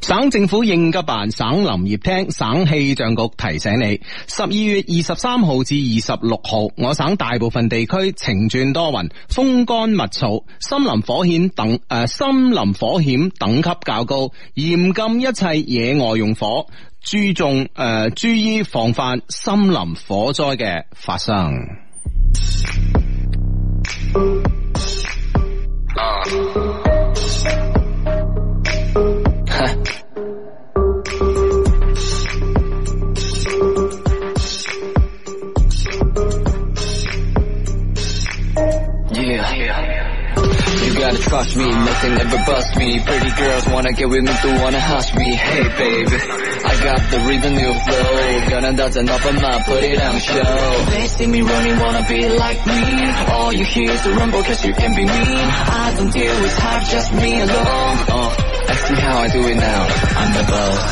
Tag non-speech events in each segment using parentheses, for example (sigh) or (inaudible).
省政府應急辦、省林業廳、省氣象局提醒你，十二月二十三號至二十六號，我省大部分地區晴轉多雲，風乾物燥，森林火險等誒、呃、森林火險等級較高，嚴禁一切野外用火，注重誒、呃、注意防範森林火災嘅發生。 (laughs) You gotta trust me, nothing ever bust me. Pretty girls wanna get with me, do wanna hush me. Hey baby, I got the rhythm you flow. Gonna dance and open my put it on show. They see me running, wanna be like me. All you hear is a rumble, cause you can be mean. I don't deal with hype, just me alone. Oh, I see how I do it now. I'm the boss,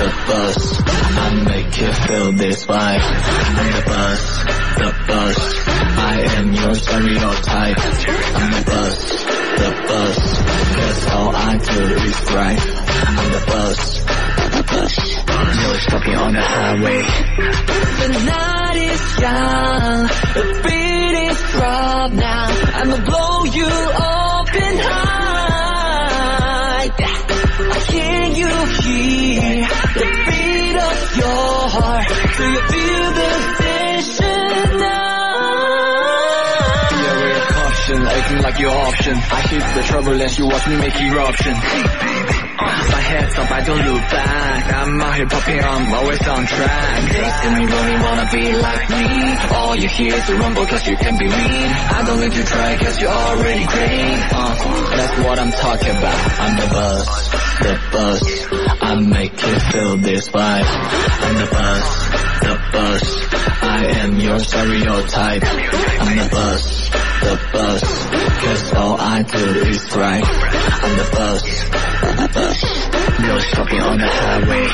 the boss. I make you feel this vibe. I'm the boss, the boss. I am your stereotype. I'm the boss, the boss. Cause all I do is right. I'm the boss, the boss. No stopping on the highway. The night is young. The beat is drop now. I'ma blow you open high. Can you hear the beat of your heart? Do you feel the tension now? You're a real caution, acting like your option. I hit the trouble as you watch me make eruption. My head's up, I don't look back. I'm out here popping, I'm always on track. They see me running, wanna be like me. All you hear is a rumble, cause you can be mean. I don't need to try, cause you're already great. Uh, that's what I'm talking about. I'm the boss, the boss. I make you feel this vibe. I'm the boss, the boss. I am your stereotype. I'm the boss, the boss. Cause all I do is right. I'm the boss, the boss. No stopping on the highway.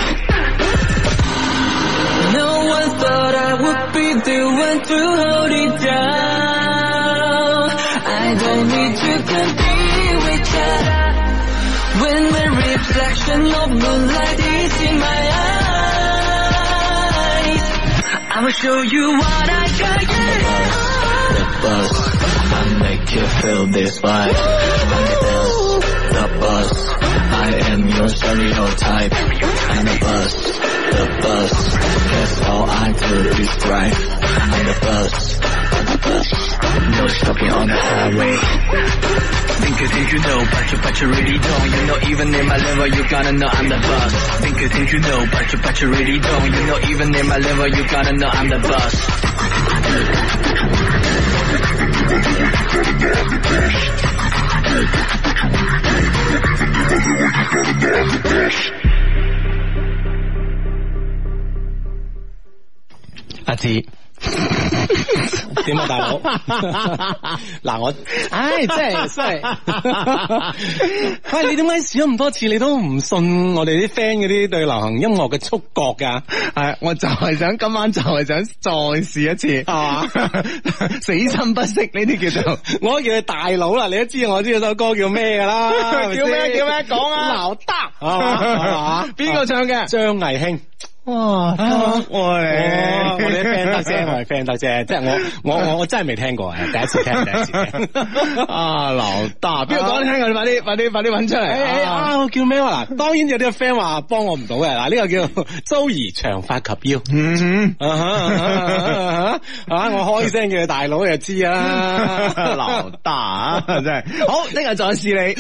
No one thought I would be the one to hold it down. I don't need to compete with that. When the reflection of moonlight is in my eyes, I will show you what I got. The bus, I make you feel this vibe. I'm the bus, the bus. I am your stereotype. I'm the bus, the bus. Cause all I do is drive. I'm the bus, the bus. No stopping on the highway. Think you think you know, but you but you really don't. You know, even in my level, you gotta know I'm the boss. Think you think you know, but you but you really don't. You know, even in my level, you gotta know I'm the boss. 阿志。點啊，(laughs) 大佬？嗱，我唉，真係真 (laughs) 係，喂，你點解試咗咁多次，你都唔信我哋啲 friend 嗰啲對流行音樂嘅觸覺噶？係我就係想今晚就 (laughs) 係想再試一次，係嘛？ (laughs) 死心不息呢啲叫做，(laughs) 我叫你大佬啦，你都知我知道首歌叫咩噶啦 (laughs) 叫咩叫咩講啊劉德係嘛？ (laughs) 邊個唱嘅？張藝興。哇！啊我我我哋啲 friend 得啫，我哋 friend 得啫，即係我我我我真係未聽過，係第一次聽，第一次 (laughs) 聽。啊，劉德，邊個講你聽我？你快啲，快啲，快啲揾出嚟！誒誒啊啊啊！我叫咩啊？嗱，當然有啲 friend 話幫我唔到嘅，嗱呢個叫 (laughs) 周儀長髮及腰。嗯，啊哈啊哈啊哈！我開聲叫你大佬你就知啦，劉德啊，真係好，聽日再試你。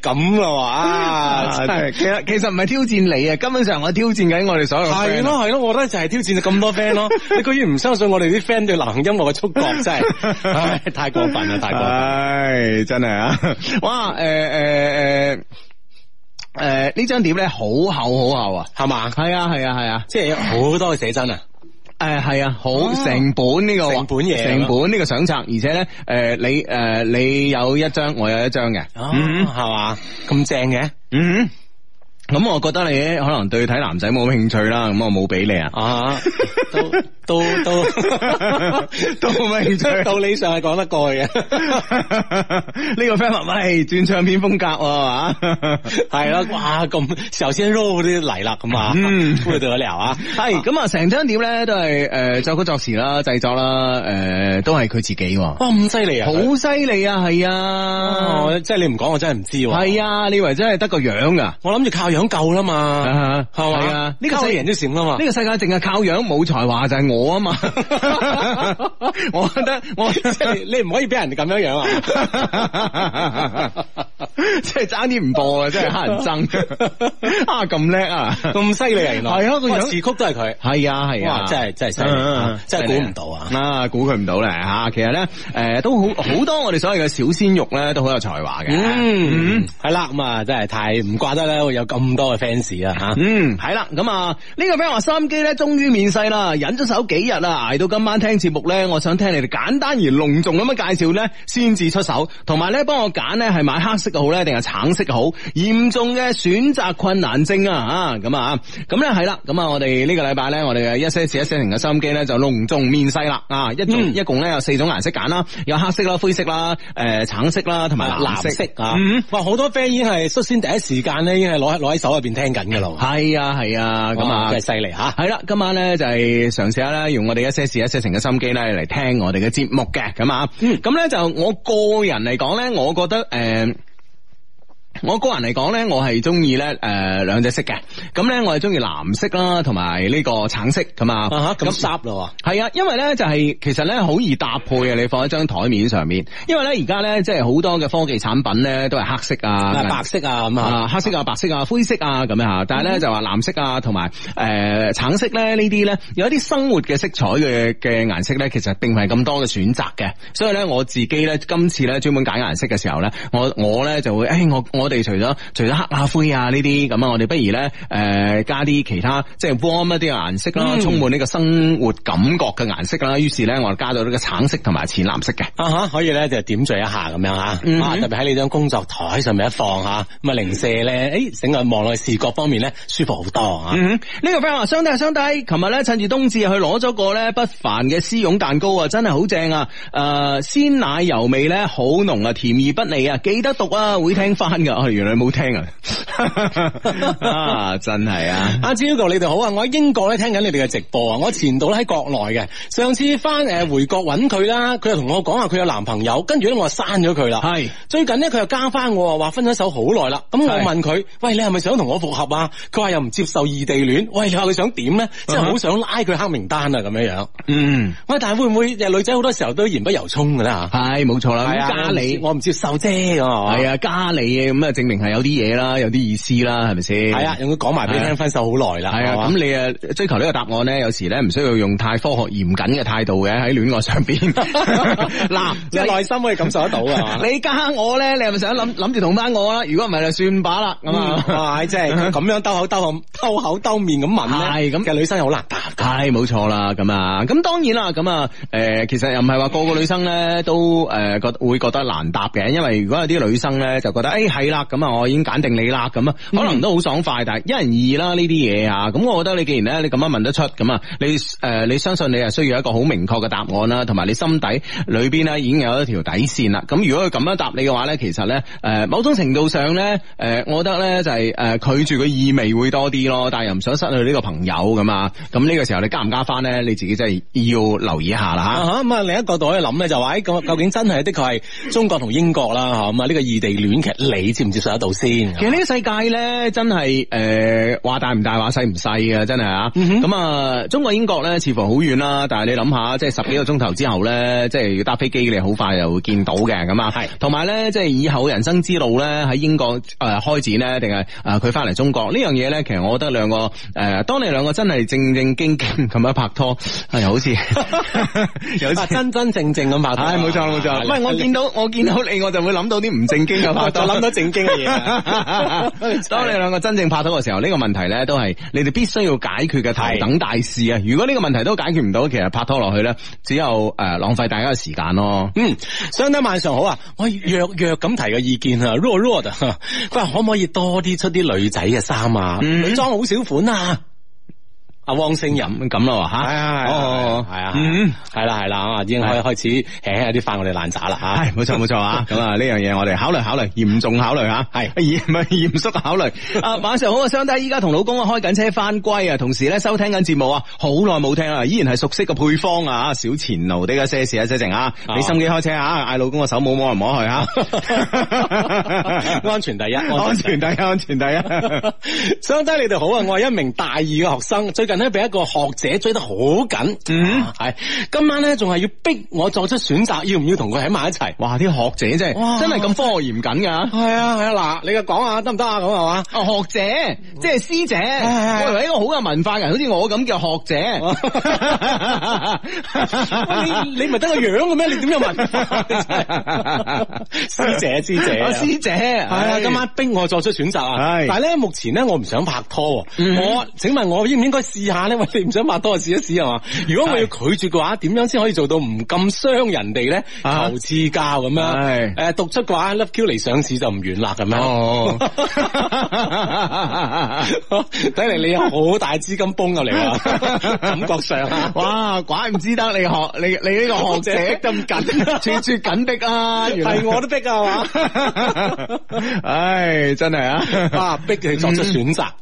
咁啦哇！啊，真係其實其實唔係挑戰你啊，根本上我挑戰緊我哋所有嘅 friend 係咯係咯，我覺得就係挑戰咗咁多 friend 咯，你居然唔相信我哋啲 friend 對流行音樂嘅觸覺，真係，唉，太過分啦，太過分！唉，真係啊！哇，誒誒誒誒，呢張碟咧好厚好厚啊！係嘛？係啊係啊係啊！即係有好多嘅寫真啊！誒係啊，好哦成本呢個成本嘢啊成本呢個相冊，而且咧誒你誒 Mm-hmm. 你有一張，我有一張嘅，哦，係嘛？咁正嘅，嗯。，咁我覺得你可能對睇男仔冇興趣啦，咁我冇俾你啊啊， (laughs) 都都都 (laughs) 都冇興趣。道理上係講得過去嘅， (laughs) 呢個 friend 話：喂，轉唱片風格喎啊！ (laughs) 係啦，哇咁首先 roll 啲嚟啦咁啊，嗯不得了啊！係咁啊，成張碟咧都係誒作曲作詞啦、製作啦，誒都係佢自己喎，哇咁犀利啊！好犀利啊！係啊，哦，即係你唔講我真係唔知喎。係啊，你以為真係得個樣㗎？我諗住靠樣夠啦嘛，啊係嘛？係啊，呢呢個個世世人都閃啦嘛呢。個世界淨係靠樣冇才華就係我啊 (laughs) 嘛，我覺得我即係你唔可以俾人咁樣樣啊！啊 (laughs) 即係爭啲唔播啊，真係黑人憎啊咁叻啊！咁犀利啊，原來係啊個樣哇詞曲都係佢，係啊係啊哇！，真係真係犀利啊，真係估唔到啊！啊，估佢唔到咧吓。其實咧，誒都好好多我哋所謂嘅小鮮肉咧，都好有才華嘅。Mm-hmm. 嗯，係啦，咁啊，真係太唔怪得咧，會有咁多嘅 fans 啊 (laughs) 吓。嗯，係啦，咁啊，呢個 friend 話收音機咧，終於面世啦，忍咗手幾日啦，挨到今晚聽節目咧，我想聽你哋簡單而隆重咁樣介紹咧，先至出手，同埋咧幫我揀咧係買黑色嘅好咧，定係橙色嘅好？嚴重嘅選擇困難症啊，啊，咁啊，咁咧係啦，咁啊，我哋呢個禮拜咧，我哋嘅一些事一些情嘅收音機咧就隆重面世啦，啊，一種、嗯一共咧有四種顏色揀啦，有黑色啦、灰色啦、誒、橙色啦，同埋藍色藍色啊嗯，哇！好多 friend 已經係率先第一時間咧，已經係攞喺攞喺手入邊聽緊嘅咯。係啊係啊，咁啊哇，真係犀利吓。系啦，今晚咧就係嘗試下啦，用我哋一些事一些情嘅心機咧嚟聽我哋嘅節目嘅，咁啊，嗯咁咧就我個人嚟講咧，我覺得诶。呃我個人嚟講咧，我係中意咧誒兩隻色嘅，咁咧我係中意藍色啦，同埋呢個橙色咁啊。啊哈咁 sharp 咯係啊，因為咧就係、其實咧好易搭配嘅，你放喺張台面上面。因為咧而家咧即係好多嘅科技產品咧都係黑色喎，啊、啊白色啊咁啊，嗯啊，黑色啊、白色啊、灰色啊咁樣吓，但係咧就話藍色啊同埋誒橙色咧呢啲咧有一啲生活嘅色彩嘅嘅顏色咧，其實並唔係咁多嘅選擇嘅，所以咧我自己咧今次咧專門揀顏色嘅時候咧，我我咧就會誒、我我哋除咗除咗黑啊灰啊呢啲咁啊，我哋不如咧誒、加啲其他即係 warm 一啲嘅顏色啦，嗯充滿呢個生活感覺嘅顏色啦，於是咧我就加咗呢個橙色同埋淺藍色嘅。啊哈，可以咧就點綴一下咁樣吓，嗯啊特別喺你張工作台上面一放吓，咁啊零舍咧，誒整個望落去視覺方面咧舒服好多啊，嗯哼，呢個 friend 話相低啊相低，琴日咧趁住冬至去攞咗個咧不凡嘅絲絨蛋糕啊，真係好正啊！誒、鮮奶油味咧好濃啊，甜而不膩啊，記得讀啊，會聽翻噶。哦，原來你冇聽 (laughs) 啊，啊，真係啊！阿 j u g o 你哋好啊！我喺英國咧聽緊你哋嘅直播啊！我前度咧喺國內嘅，上次翻誒回國揾佢啦，佢又同我講話佢有男朋友，跟住咧我就刪咗佢啦。係最近咧佢又加翻我，話分咗手好耐啦。咁我係問佢：喂，你係咪想同我復合啊？佢話又唔接受異地戀。喂，你話佢想點咧？即係嗯好哼想拉佢黑名單啊咁樣樣。嗯，喂，但係會唔會誒女仔好多時候都言不由衷㗎啦嚇？係冇錯啦，係啊咁加你。我唔接受啫咁啊。係啊，加你嘅咁啊，證明係有啲嘢啦，有啲意思啦，係咪先？係啊，用佢講埋俾你係啊聽，分手好耐啦。係係啊，嘛咁你啊追求呢個答案咧，有時咧唔需要用太科學嚴謹嘅態度嘅喺戀愛上 (laughs) 邊。嗱，即係內心可以感受得到啊。 (laughs) 你加我咧，你係咪想諗諗住同翻我啦？啊如果唔係就算把啦咁咁啊。啊，係 (laughs) 即係咁樣兜口兜口兜口兜面咁問咧，係咁嘅女生又好難答噶。係冇錯啦，咁啊，咁當然啦，咁啊，誒、其實又唔係話個個女生咧都誒覺、會覺得難答嘅，因為如果有啲女生咧就覺得，誒係啦，咁啊，我已經揀定你啦，咁啊，可能都好爽快，但係一人二啦呢啲嘢啊，咁我覺得你既然咧你咁樣問得出，咁啊，你誒、你相信你係需要一個好明確嘅答案啦，同埋你心底裏邊咧已經有一條底線啦，咁如果佢咁樣答你嘅話咧，其實咧誒、某種程度上咧誒、我覺得咧就係、誒、拒絕嘅意味會多啲咯，但係又唔想失去呢個朋友咁啊，咁呢個時候你加唔加翻咧，你自己真係要留意一下啦吓。啊咁啊，另一個度可以諗咧就話，誒咁究竟真係的確係中國同英國啦，嚇咁啊呢個異地戀，其實你接唔接受得到 (laughs) 先？啊其實呢個世界咧，真係誒話大唔大，話細唔細嘅，真係啊。嗯哼咁啊、中國英國咧似乎好遠啦，但係你諗下，即係十幾個鐘頭之後咧，即係要搭飛機，你好快就會見到嘅咁啊。係同埋咧，即係以後人生之路咧，喺英國誒、呃、開展咧，定係誒佢翻嚟中國呢樣嘢咧，其實我覺得兩個誒、呃，當你兩個真係正正經經咁樣拍拖，係、好 (laughs) 似有啊啲。真真正正咁拍拖。唉，冇錯啦冇錯啦，唔係我見到我見到你，我就會諗到啲唔正經嘅拍我就拖， (laughs) 諗到正經嘅嘢啊。當你兩個真正拍拖嘅時候，呢、個問題咧都係你哋必須要解決嘅頭等大事啊！如果呢個問題都解決唔到，其實拍拖落去咧，只有誒、呃浪費大家嘅時間咯。嗯，相得晚上好啊！我弱弱咁提個意見啊，raw raw 啊， (laughs) 佢話可唔可以多啲出啲女仔嘅衫啊？嗯女裝好少款啊！阿汪星人。咁咁咯吓，係啊係啊哦，係啊嗯。系啦系啦，啊已經開開始輕輕有啲翻我哋 (laughs) 爛 (laughs) 渣啦吓。系冇錯冇錯 (laughs) 啊！咁啊呢樣嘢我哋考慮考慮，嚴重考慮吓，係嚴唔係嚴肅考慮。啊晚上好啊，相低依家同老公啊開緊車翻歸啊，同時咧收聽緊節目啊，好耐冇聽啦，依然係熟悉嘅配方啊，小前路的一些事一些情啊，啊俾心機開車啊，嗌老公個手冇摸嚟摸去 (laughs) 啊， (laughs) 安全第一，安全第一，安全第一。相低你哋好啊！我係一名大二嘅學生，最近咧俾一個學者追得好緊，嗯啊係今晚咧仲係要逼我作出選擇，要唔要同佢喺埋一齊？哇！啲學者真哇係真係咁科學嚴謹㗎。係啊係啊，嗱，你嘅講下得唔得啊？咁係嘛？嗯哦，學者，即係師姐，係哦我以為一個好有文化嘅人，好似我咁叫學 (laughs) 者。啊你你咪得個樣嘅咩？你點有文 (laughs) 化？師姐師姐啊啊，師姐，哎係系啊，今晚逼我作出選擇啊！係但係咧，目前咧我唔想拍拖喎。嗯我請問我應唔應該試下咧？喂，你唔想拍拖就試一試係嘛？如果我要拒絕嘅話，點樣先可以做到唔咁傷人哋咧？啊求賜教咁樣係，誒讀出嘅話，Love Q 嚟上市就唔遠啦咁樣。哦，哦睇嚟你 (laughs) 有好大資金崩入嚟啊！ (laughs) 感覺上啊，哇，怪唔之得你學你你呢個學者咁 (laughs) 緊，處處緊迫啊，原來係我都逼啊嘛， (laughs) 唉，真係啊。啊逼佢作出選擇。嗯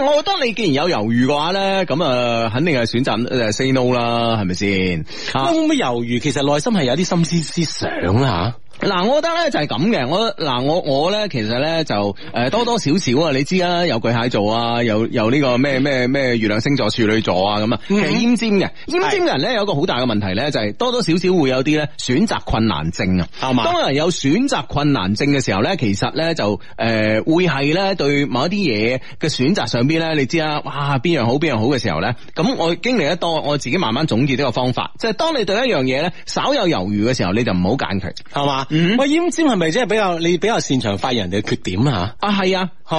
我覺得你既然有猶豫嘅話咧，咁啊，肯定係選擇誒 say no 啦，係咪先？啊會唔會猶豫？其實內心係有啲心思思想啊啦嗱，我覺得咧就係咁嘅，我嗱我我咧其實咧就誒、呃多多少少啊，你知啦，有巨蟹座啊，有有呢個咩咩咩月亮星座、處女座啊咁啊，其嗯實奄尖嘅，奄尖嘅人咧有一個好大嘅問題咧，就係、多多少少會有啲咧選擇困難症啊。嚇，係嘛？當人有選擇困難症嘅時候咧，其實咧就誒、呃、會係咧對某一啲嘢嘅選擇上邊咧，你知啦，哇邊樣好邊樣好嘅時候咧，咁我經歷得多，我自己慢慢總結呢個方法，就係、當你對一樣嘢咧稍有猶豫嘅時候，你就唔好揀佢。系嘛？嗯喂，奄尖係咪即係比較你比較擅長發現人哋嘅缺點啊？啊，係啊，(laughs) 係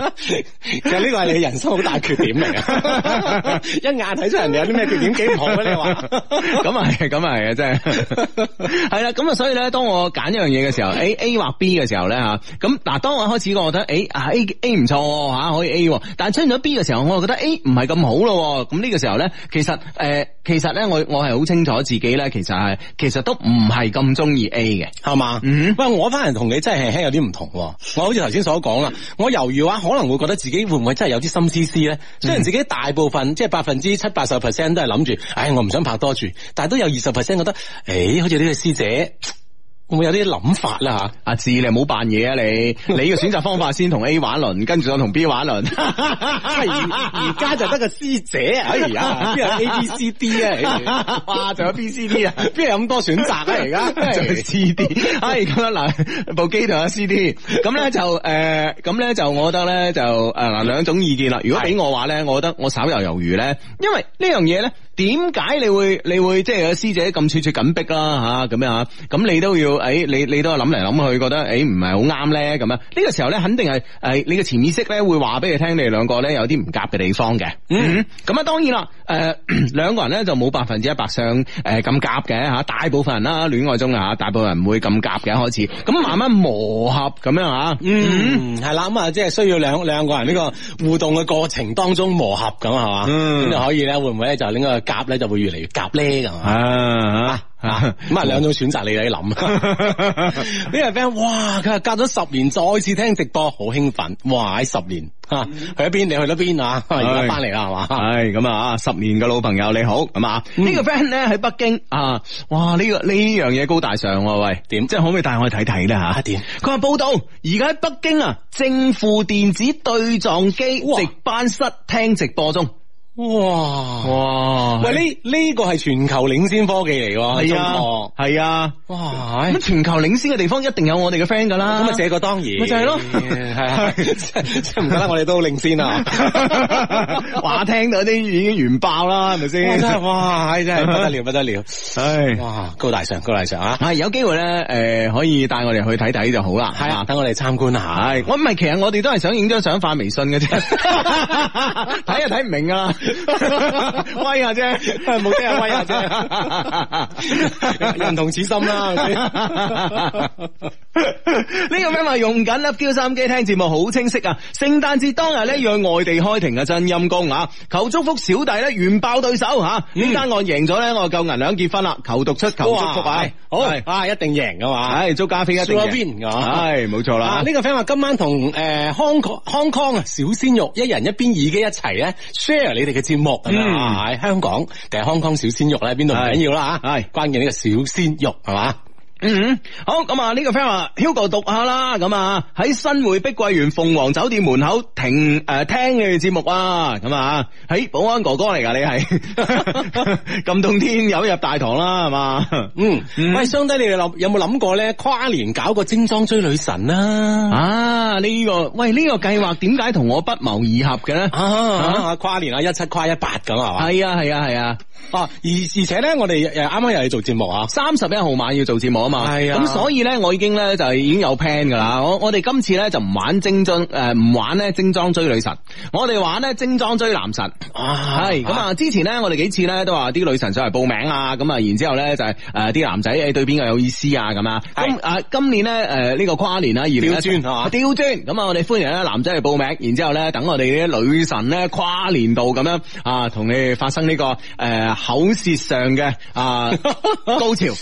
嘛？其實呢個係你人生好大缺點嚟啊！ (laughs) 一眼睇出人哋有啲咩缺點幾唔好啊！你話咁啊係，咁啊係啊，真係係啦。咁啊，所以咧，當我揀一樣嘢嘅時候，A A 或 B 嘅時候咧吓，咁嗱，當我開始我覺得，誒啊 A A 唔錯喎吓，可以 A，喎但係出現咗 B 嘅時候，我又覺得 A 唔係咁好咯喎。咁呢個時候咧，其實誒、呃其實咧，我我係好清楚自己咧，其實係其實都唔係咁中意 A 嘅。係嘛？嗯喂，我反而同你真係輕輕有啲唔同喎。我好似頭先所講啦，我猶豫嘅話，可能會覺得自己會唔會真係有啲心思思咧？雖然自己大部分即係百分之七八十 percent 都係諗住，唉，我唔想拍拖住，但係都有二十 percent 覺得，誒，好似呢個師姐會唔會有啲諗法啦 (laughs) 吓？啊阿志，你唔好扮嘢啊！ (laughs) 你你嘅選擇方法先同 A 玩一輪，跟住再同 B 玩一輪。而而家就得個師姐，哎呀，邊有 A B C D (laughs) 啊？哇，仲有 B、C、D 啊！邊有咁多選擇 (laughs) 啊？而家就係 CD，係 (laughs) 哎咁啦，嗱，部機同有 CD，咁咧就誒，呃咁、咧就我覺得咧就誒嗱兩種意見啦。如果俾我話咧，我覺得我稍有猶豫咧，因為呢樣嘢咧，點解你會你會即係有師姐咁處處緊逼啦吓咁樣啊？咁你都要誒、哎你你都係諗嚟諗去，覺得誒唔係好啱咧咁樣。呢、個時候咧，肯定係誒、哎你嘅潛意識咧會話俾你聽，你哋兩個咧有啲唔夾嘅地方嘅。嗯，咁啊當然啦，誒、 (clears throat) 兩個人咧就冇百分之一百上誒咁夾嘅嚇，大部分人啦戀愛中啊，大部分人唔會咁夾嘅開始，咁慢慢磨合咁樣嚇。嗯，係啦，咁啊，即係需要兩兩個人呢個互動嘅過程當中磨合咁啊係嘛，嗯咁就可以咧，會唔會咧就呢個夾咧就會越嚟越夾咧咁啊？啊啊，咁啊兩種選擇你哋諗。呢個 friend 哇，佢話啊隔咗十年再次聽直播，好興奮！哇，喺十年啊，嗯去咗邊你去咗邊啊？而家翻嚟啦係嘛？ (laughs) 係咁啊！十年嘅老朋友你好，咁啊嗯呢個 friend 咧喺北京啊，哇呢個呢樣嘢高大上喎，喂點即係可唔可以帶我去睇睇咧吓啊？點？佢話報道而家喺北京啊，正負電子對撞機哇值班室聽直播中。哇！哇喂，呢呢个系全球领先科技嚟喎，系中國啊，系啊，哇！咁全球領先嘅地方一定有我哋嘅 friend 噶啦。 (laughs) 咁啊，這個當然，咪就係咯係係係即係唔覺得我哋都好領先啊！話聽到啲已經完爆啦，係咪哇真先？係哇，唉真係不得了，不得了！唉哇，高大上，高大上啊！係有機會咧，诶、可以帶我哋去睇睇就好啦。係啊，等我哋參觀下。係，我唔係，其實我哋都係想影張相發微信嘅 (laughs) 啫，睇又睇唔明噶啦， (laughs) 威下啫，冇聽下啊威 (laughs) 下啫人同此心啦，係咪先呢個 friend 話用緊 Love Q 收音機聽節目好清晰啊！聖誕節當日咧，讓外地開庭嘅真陰公啊！求祝福小弟咧完爆對手吓，呢、嗯單案贏咗咧，我就夠銀兩結婚啦！求讀出，求祝福啊哇！好係啊，一定贏噶嘛！唉，祝加菲一定 Sure win 㗎唉，冇錯啊！啦呢、。個 friend 話今晚同誒 Hong Kong Hong Kong 啊小鮮肉一人一邊耳機一齊咧 share 你哋嘅節目咁樣啊！喺香港定係 Hong Kong 小鮮肉咧，邊度唔緊要啦嚇，係關鍵呢個小鮮肉係嘛？嗯，好咁啊！呢個 friend 話 Hugo 讀下啦，咁啊喺新會碧桂園鳳凰酒店門口停誒、呃、聽你哋節目啊，咁啊喺保安哥哥嚟㗎，你係 (laughs) 咁凍天有入大堂啦，係嘛？嗯，嗯喂，相低你哋諗有冇諗過咧？跨年搞個精裝追女神啦、啊！呢、個喂呢、個計劃點解同我不謀而合嘅咧？啊！啊跨年啊，一七跨一八咁係嘛？係啊係啊係啊！哦、而而且咧，我哋誒啱啱又要做節目啊！三十一號晚要做節目啊嘛，係啊咁所以咧，我已經咧就係已經有 plan 噶啦。我我哋今次咧就唔玩精裝誒，唔玩咧精裝追女神，我哋玩咧精裝追男神。啊係咁啊！之前咧，我哋幾次咧都話啲女神上嚟報名啊，咁啊，然之後咧就係誒啲男仔誒對邊個有意思啊咁啊。咁係啊，今年咧誒呢個跨年啦，二零刁鑽係嘛刁鑽咁啊，我哋歡迎咧男仔嚟報名，然之後咧等我哋啲女神咧跨年度咁樣啊，同你哋發生呢個誒口舌上嘅 (laughs) 啊高潮。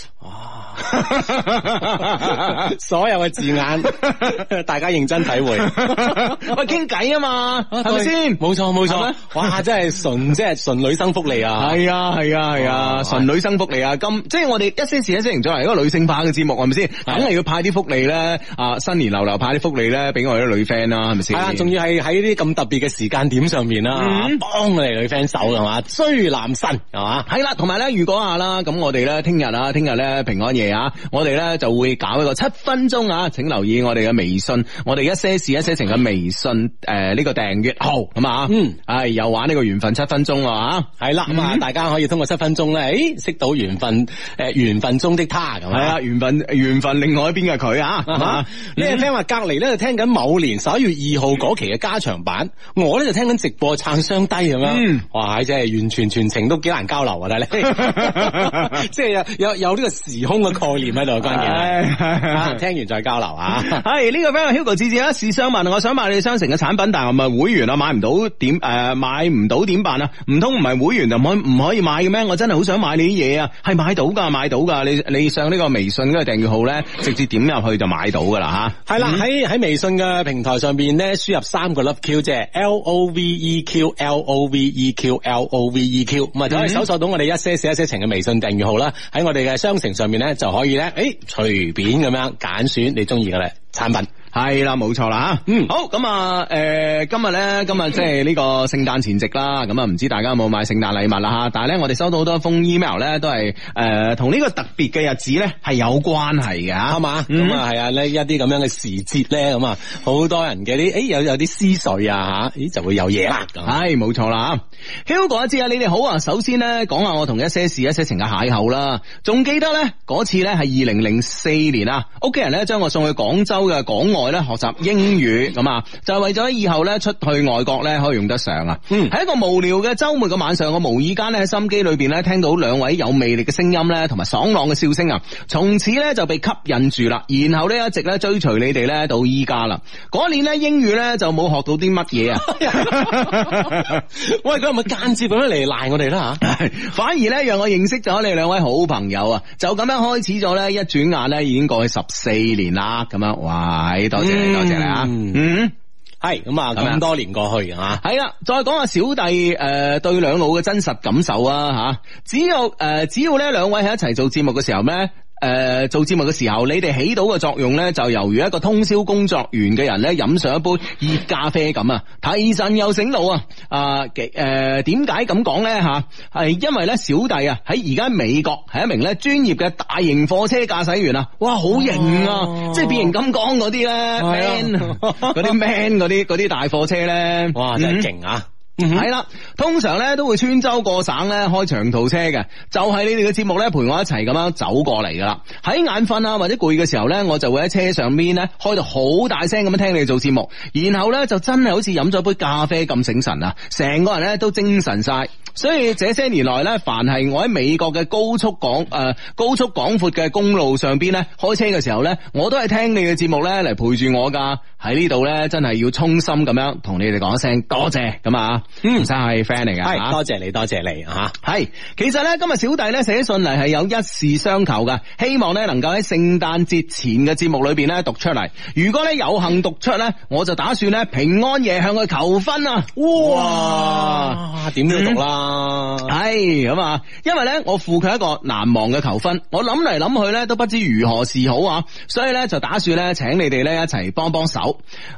啊所有嘅字眼， (laughs) 大家認真體會。 (laughs) 喂，傾偈啊嘛， (laughs) 係咪先？冇錯係冇錯咪，哇！真係純即係純女生福利啊！系啊系啊系啊，哇純女生福利啊！咁即係我哋一些事一些情作為一個女性化嘅節目，係咪先？梗係要派啲福利咧，啊新年流流派啲福利咧，俾我哋啲女 friend 啦，係咪係先？啊，仲要係喺呢啲咁特別嘅時間點上面啦嗯，幫我哋女 friend 手係嘛，追男神係嘛，系啦，同埋咧預告下啦，咁我哋咧聽日啊，聽日咧平安夜啊，我哋咧就會搞一個七分鐘啊，請留意我哋嘅微信，我哋一些事一些情嘅微信诶呢個訂閱號咁啊，嗯，唉又玩呢個緣分七分鐘啊，係啦咁啊，嗯大家可以通過七分鐘咧，誒識到緣分誒緣分中的他咁係啊，緣分緣分另外一邊嘅佢 (laughs) 啊，係嘛啊！呢個 friend 話隔離咧就聽緊某年十一月二號嗰期嘅加長版，我咧就聽緊直播撐雙低咁樣嗯，哇！真係完全全程都幾難交流啊，但係 (laughs) 你即係有有有呢個時空嘅概念喺度，關鍵係。啊，唉聽完再交流 (laughs) 啊！系呢、個 friend Hugo 志志啊，試想問，我想買你哋商城嘅產品，但係我唔係會員啊，買唔到點诶、誒買唔到點辦啊？唔通唔係會員啊就唔可以唔可以買嘅咩？我真係好想買你啲嘢啊，係買到㗎，買到㗎。你你上呢個微信嗰個訂閱號咧，直接點入去就買到㗎啦係啦，喺喺微信嘅平台上邊咧，輸入三個 love q 即係 L O V E Q L O V E Q L O V E Q，咁啊就可以搜索到我哋一些事一些情嘅微信訂閱號啦。喺我哋嘅商城上面咧，就可以咧，誒隨便咁樣揀選你中意嘅咧產品。吓。係啦，冇錯啦吓。嗯好咁啊，诶、今日咧，今日即係呢個聖誕前夕啦，咁啊，唔知大家有冇買聖誕禮物啦吓？但係咧，我哋收到好多封 email 咧，都係诶同呢個特別嘅日子咧係有關係嘅吓啱嘛？嗯咁啊係啊，呢一啲咁樣嘅時節咧，咁啊好多人嘅啲誒有有啲思緒啊嚇，咦就會有嘢啦咁。唉，冇錯啦，Hugo 一知啊，你哋好啊。首先呢，講下我同一些事一些情嘅邂逅啦。仲記得呢嗰次呢係二零零四年啊，屋企人呢將我送去廣州嘅港外呢學習英語，咁啊就係為咗以後呢出去外國呢可以用得上啊。嗯喺一個無聊嘅周末嘅晚上，我無意間呢喺心機裏边呢聽到兩位有魅力嘅聲音呢，同埋爽朗嘅笑聲啊，從此呢就被吸引住啦。然後呢一直呢追隨你哋呢到依家啦。嗰年呢英語呢就冇學到啲乜 (laughs) 嘢啊。喂，佢係咪間接咁樣嚟賴我哋啦嚇？反而咧，讓我認識咗你兩位好朋友啊！就咁樣開始咗咧，一轉眼咧已經過去十四年啦，咁樣，喂，多謝你，嗯多謝你啊！嗯，係咁啊，咁樣咁多年過去啊。係啦，再講下小弟誒、呃、對兩老嘅真實感受啊嚇！只有誒、呃只要咧兩位喺一齊做節目嘅時候咧。誒、呃做節目嘅時候，你哋起到嘅作用咧，就猶如一個通宵工作完嘅人咧，飲上一杯熱咖啡咁啊，提神又醒腦啊！啊，幾誒點解咁講咧吓？係因為咧，小弟啊喺而家美國係一名咧專業嘅大型貨車駕駛員啊！哇，好型啊！哦即係變形金剛嗰啲咧，man (laughs) 嗰啲 man 嗰啲嗰啲大貨車咧，哇，真嗯係勁啊！係啦，通常咧都會穿州過省咧開長途車嘅，就係、你哋嘅節目咧陪我一齊咁樣走過嚟噶啦。喺眼瞓啊或者攰嘅時候咧，我就會喺車上面咧開到好大聲咁樣聽你哋做節目，然後咧就真係好似飲咗杯咖啡咁醒神啊，成個人咧都精神晒。所以這些年來咧，凡係我喺美國嘅高速廣誒、呃高速廣闊嘅公路上邊咧開車嘅時候咧，我都係聽你嘅節目咧嚟陪住我噶。喺呢度咧，真係要衷心咁樣同你哋講一聲多謝咁啊！嗯唔生係 friend 嚟噶係，啊多謝你，多謝你啊吓。系，其實咧今日小弟咧寫信嚟係有一事相求嘅，希望咧能夠喺聖誕節前嘅節目裏邊咧讀出嚟。如果咧有幸讀出咧，我就打算咧平安夜向佢求婚啊！哇，啊點都要讀啦。系咁啊，因為咧我付佢一個難忘嘅求婚，我諗嚟諗去咧都不知如何是好啊，所以咧就打算咧請你哋咧一齊幫幫手。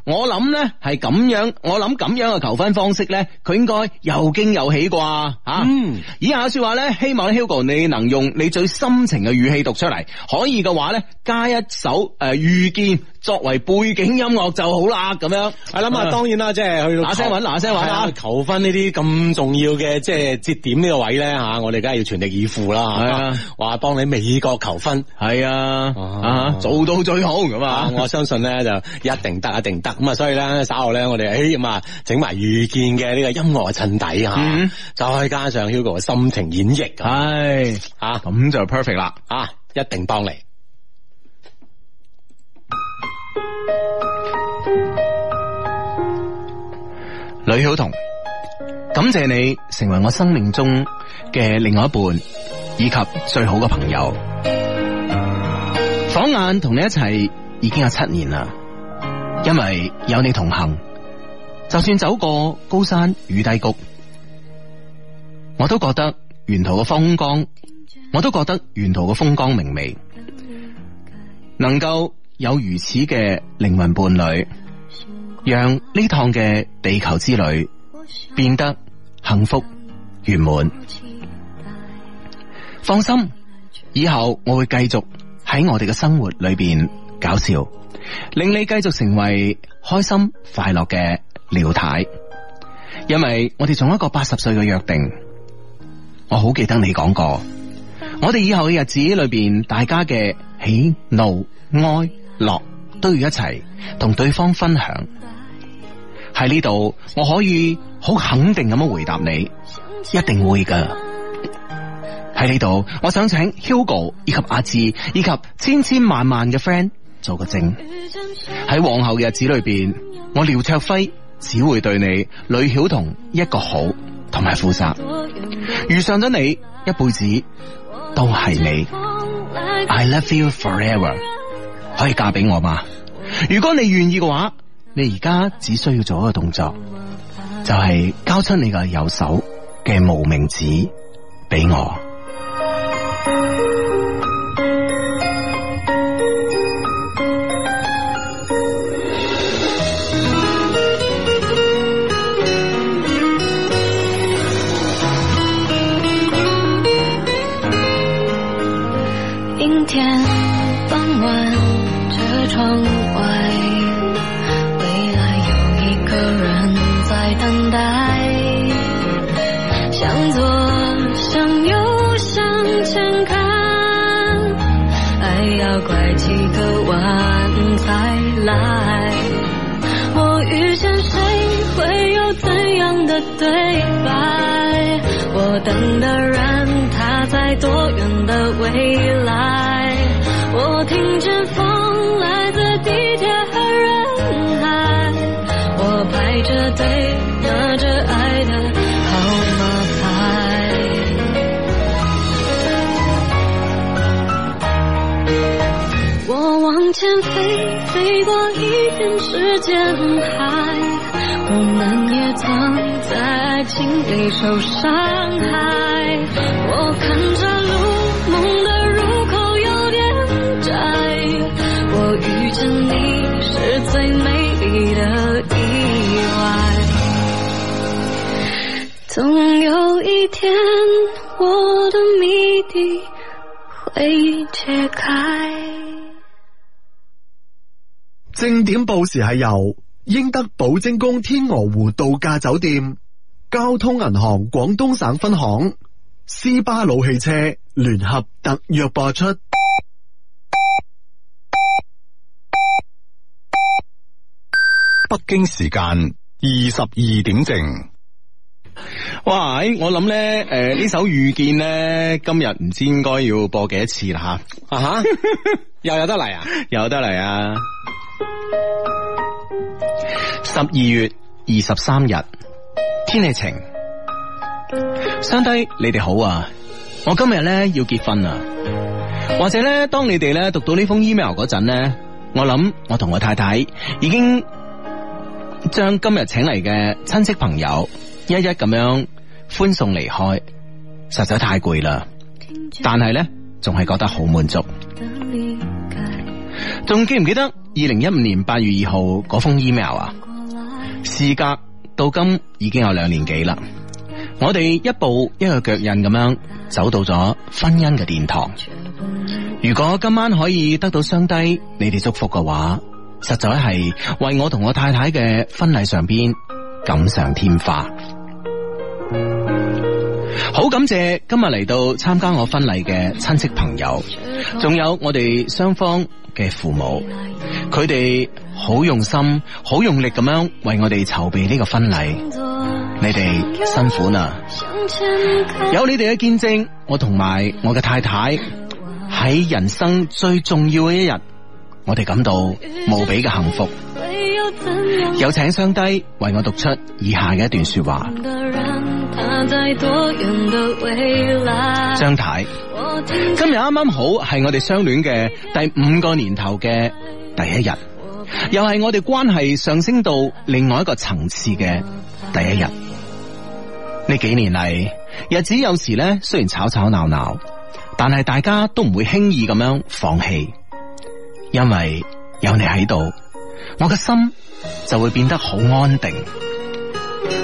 我諗咧係咁樣，我諗咁樣嘅求婚方式咧，佢應該又驚又喜啩吓。嗯以下說話咧，希望咧 Hugo 你能用你最深情嘅語氣讀出嚟，可以嘅話咧加一首誒、呃、遇見作為背景音樂就好啦，咁樣。我諗啊，當然啦，即係去到嗱聲揾嗱聲揾係啊啊！求婚呢啲咁重要嘅即係節點呢個位咧吓，我哋梗係要全力以赴啦。係啊，話幫你美國求婚。係啊，啊做到最好咁啊啊！！我相信咧就一定得，一定得咁啊！所以咧稍後咧，我哋誒咁啊，整埋遇見嘅呢個音樂嘅襯底嗯嚇，再加上 Hugo 嘅心情演繹啊唉，啊咁就 perfect 啦。啊，一定幫你。吕晓彤，感謝你成為我生命中嘅另外一半，以及最好嘅朋友。晃眼同你一齊已經有七年啦，因為有你同行，就算走過高山與低谷，我都覺得沿途嘅風光，我都覺得沿途嘅風光明媚，能夠有如此嘅靈魂伴侶。让呢趟嘅地球之旅变得幸福圆满。放心，以后我会继续喺我哋嘅生活里边搞笑，令你继续成为开心快乐嘅廖太。因为我哋仲有一个八十岁嘅约定，我好记得你讲过，我哋以后嘅日子里边，大家嘅喜怒哀乐都要一齐同对方分享。喺呢度，我可以好肯定咁样回答你，一定會㗎。喺呢度，我想請 Hugo 以及阿志以及千千萬萬嘅 friend 做個證。喺往後嘅日子裏邊，我廖卓輝只會對你呂曉彤一個好同埋負責。遇上咗你，一輩子都係你。I love you forever，可以嫁俾我嘛？如果你願意嘅話，你而家只需要做一個動作，就係交出你嘅右手嘅無名指俾我。阴天傍晚，车窗外，未来有一个人在等待，向左向右向前看，还要拐几个弯才来。我遇见谁会有怎样的对白？我等的人他在多远的未来？我听见风来自地铁和人海，我排着队拿着爱的号码牌。我往前飞，飞过一片时间海。我们也曾在爱情里受伤害。我看着路，梦的入口有点总有一天，我的谜底会揭开。正点报时系由英德寶晶宮天鵝湖度假酒店、交通銀行廣東省分行、斯巴魯汽車聯合特約播出。北京时间二十二点正。哇！喺我諗咧，诶、呢首遇見咧，今日唔知應該要播幾多次啦 (laughs) 啊哈，又有得嚟啊！吓，有得嚟啊！十二月二十三日，天氣晴。相低，你哋好啊！我今日咧要結婚啊，或者咧，當你哋咧讀到呢封 email 嗰陣咧，我諗我同我太太已經將今日請嚟嘅親戚朋友一一咁樣歡送離開，實在太攰啦。但係咧，仲係覺得好滿足。的离开仲記唔記得二零一五年八月二號嗰封 email 啊？过来，事隔到今已經有兩年幾啦，我哋一步一個腳印咁樣走到咗婚姻嘅殿堂。却不能如果今晚可以得到雙低你哋祝福嘅話，實在係為我同我太太嘅婚禮上邊錦上添花。好感謝今日嚟到參加我婚禮嘅親戚朋友，却仲有我哋雙方嘅父母。不来。佢哋好用心、好用力咁樣為我哋籌備呢個婚禮，动作你哋辛苦啦！向前看，有你哋嘅見證，我同埋我嘅太太喺人生最重要嘅一日，我哋感到無比嘅幸福。会有怎样有請上帝為我讀出以下嘅一段说話。的人？他在多远的未来？張太，我听今日啱啱好係我哋相戀嘅第五個年頭嘅第一日，又係我哋關係上升到另外一個層次嘅第一日。呢幾年嚟，日子有時咧雖然吵吵鬧鬧，但係大家都唔會輕易咁樣放棄，因為有你喺度，我嘅心就會變得好安定。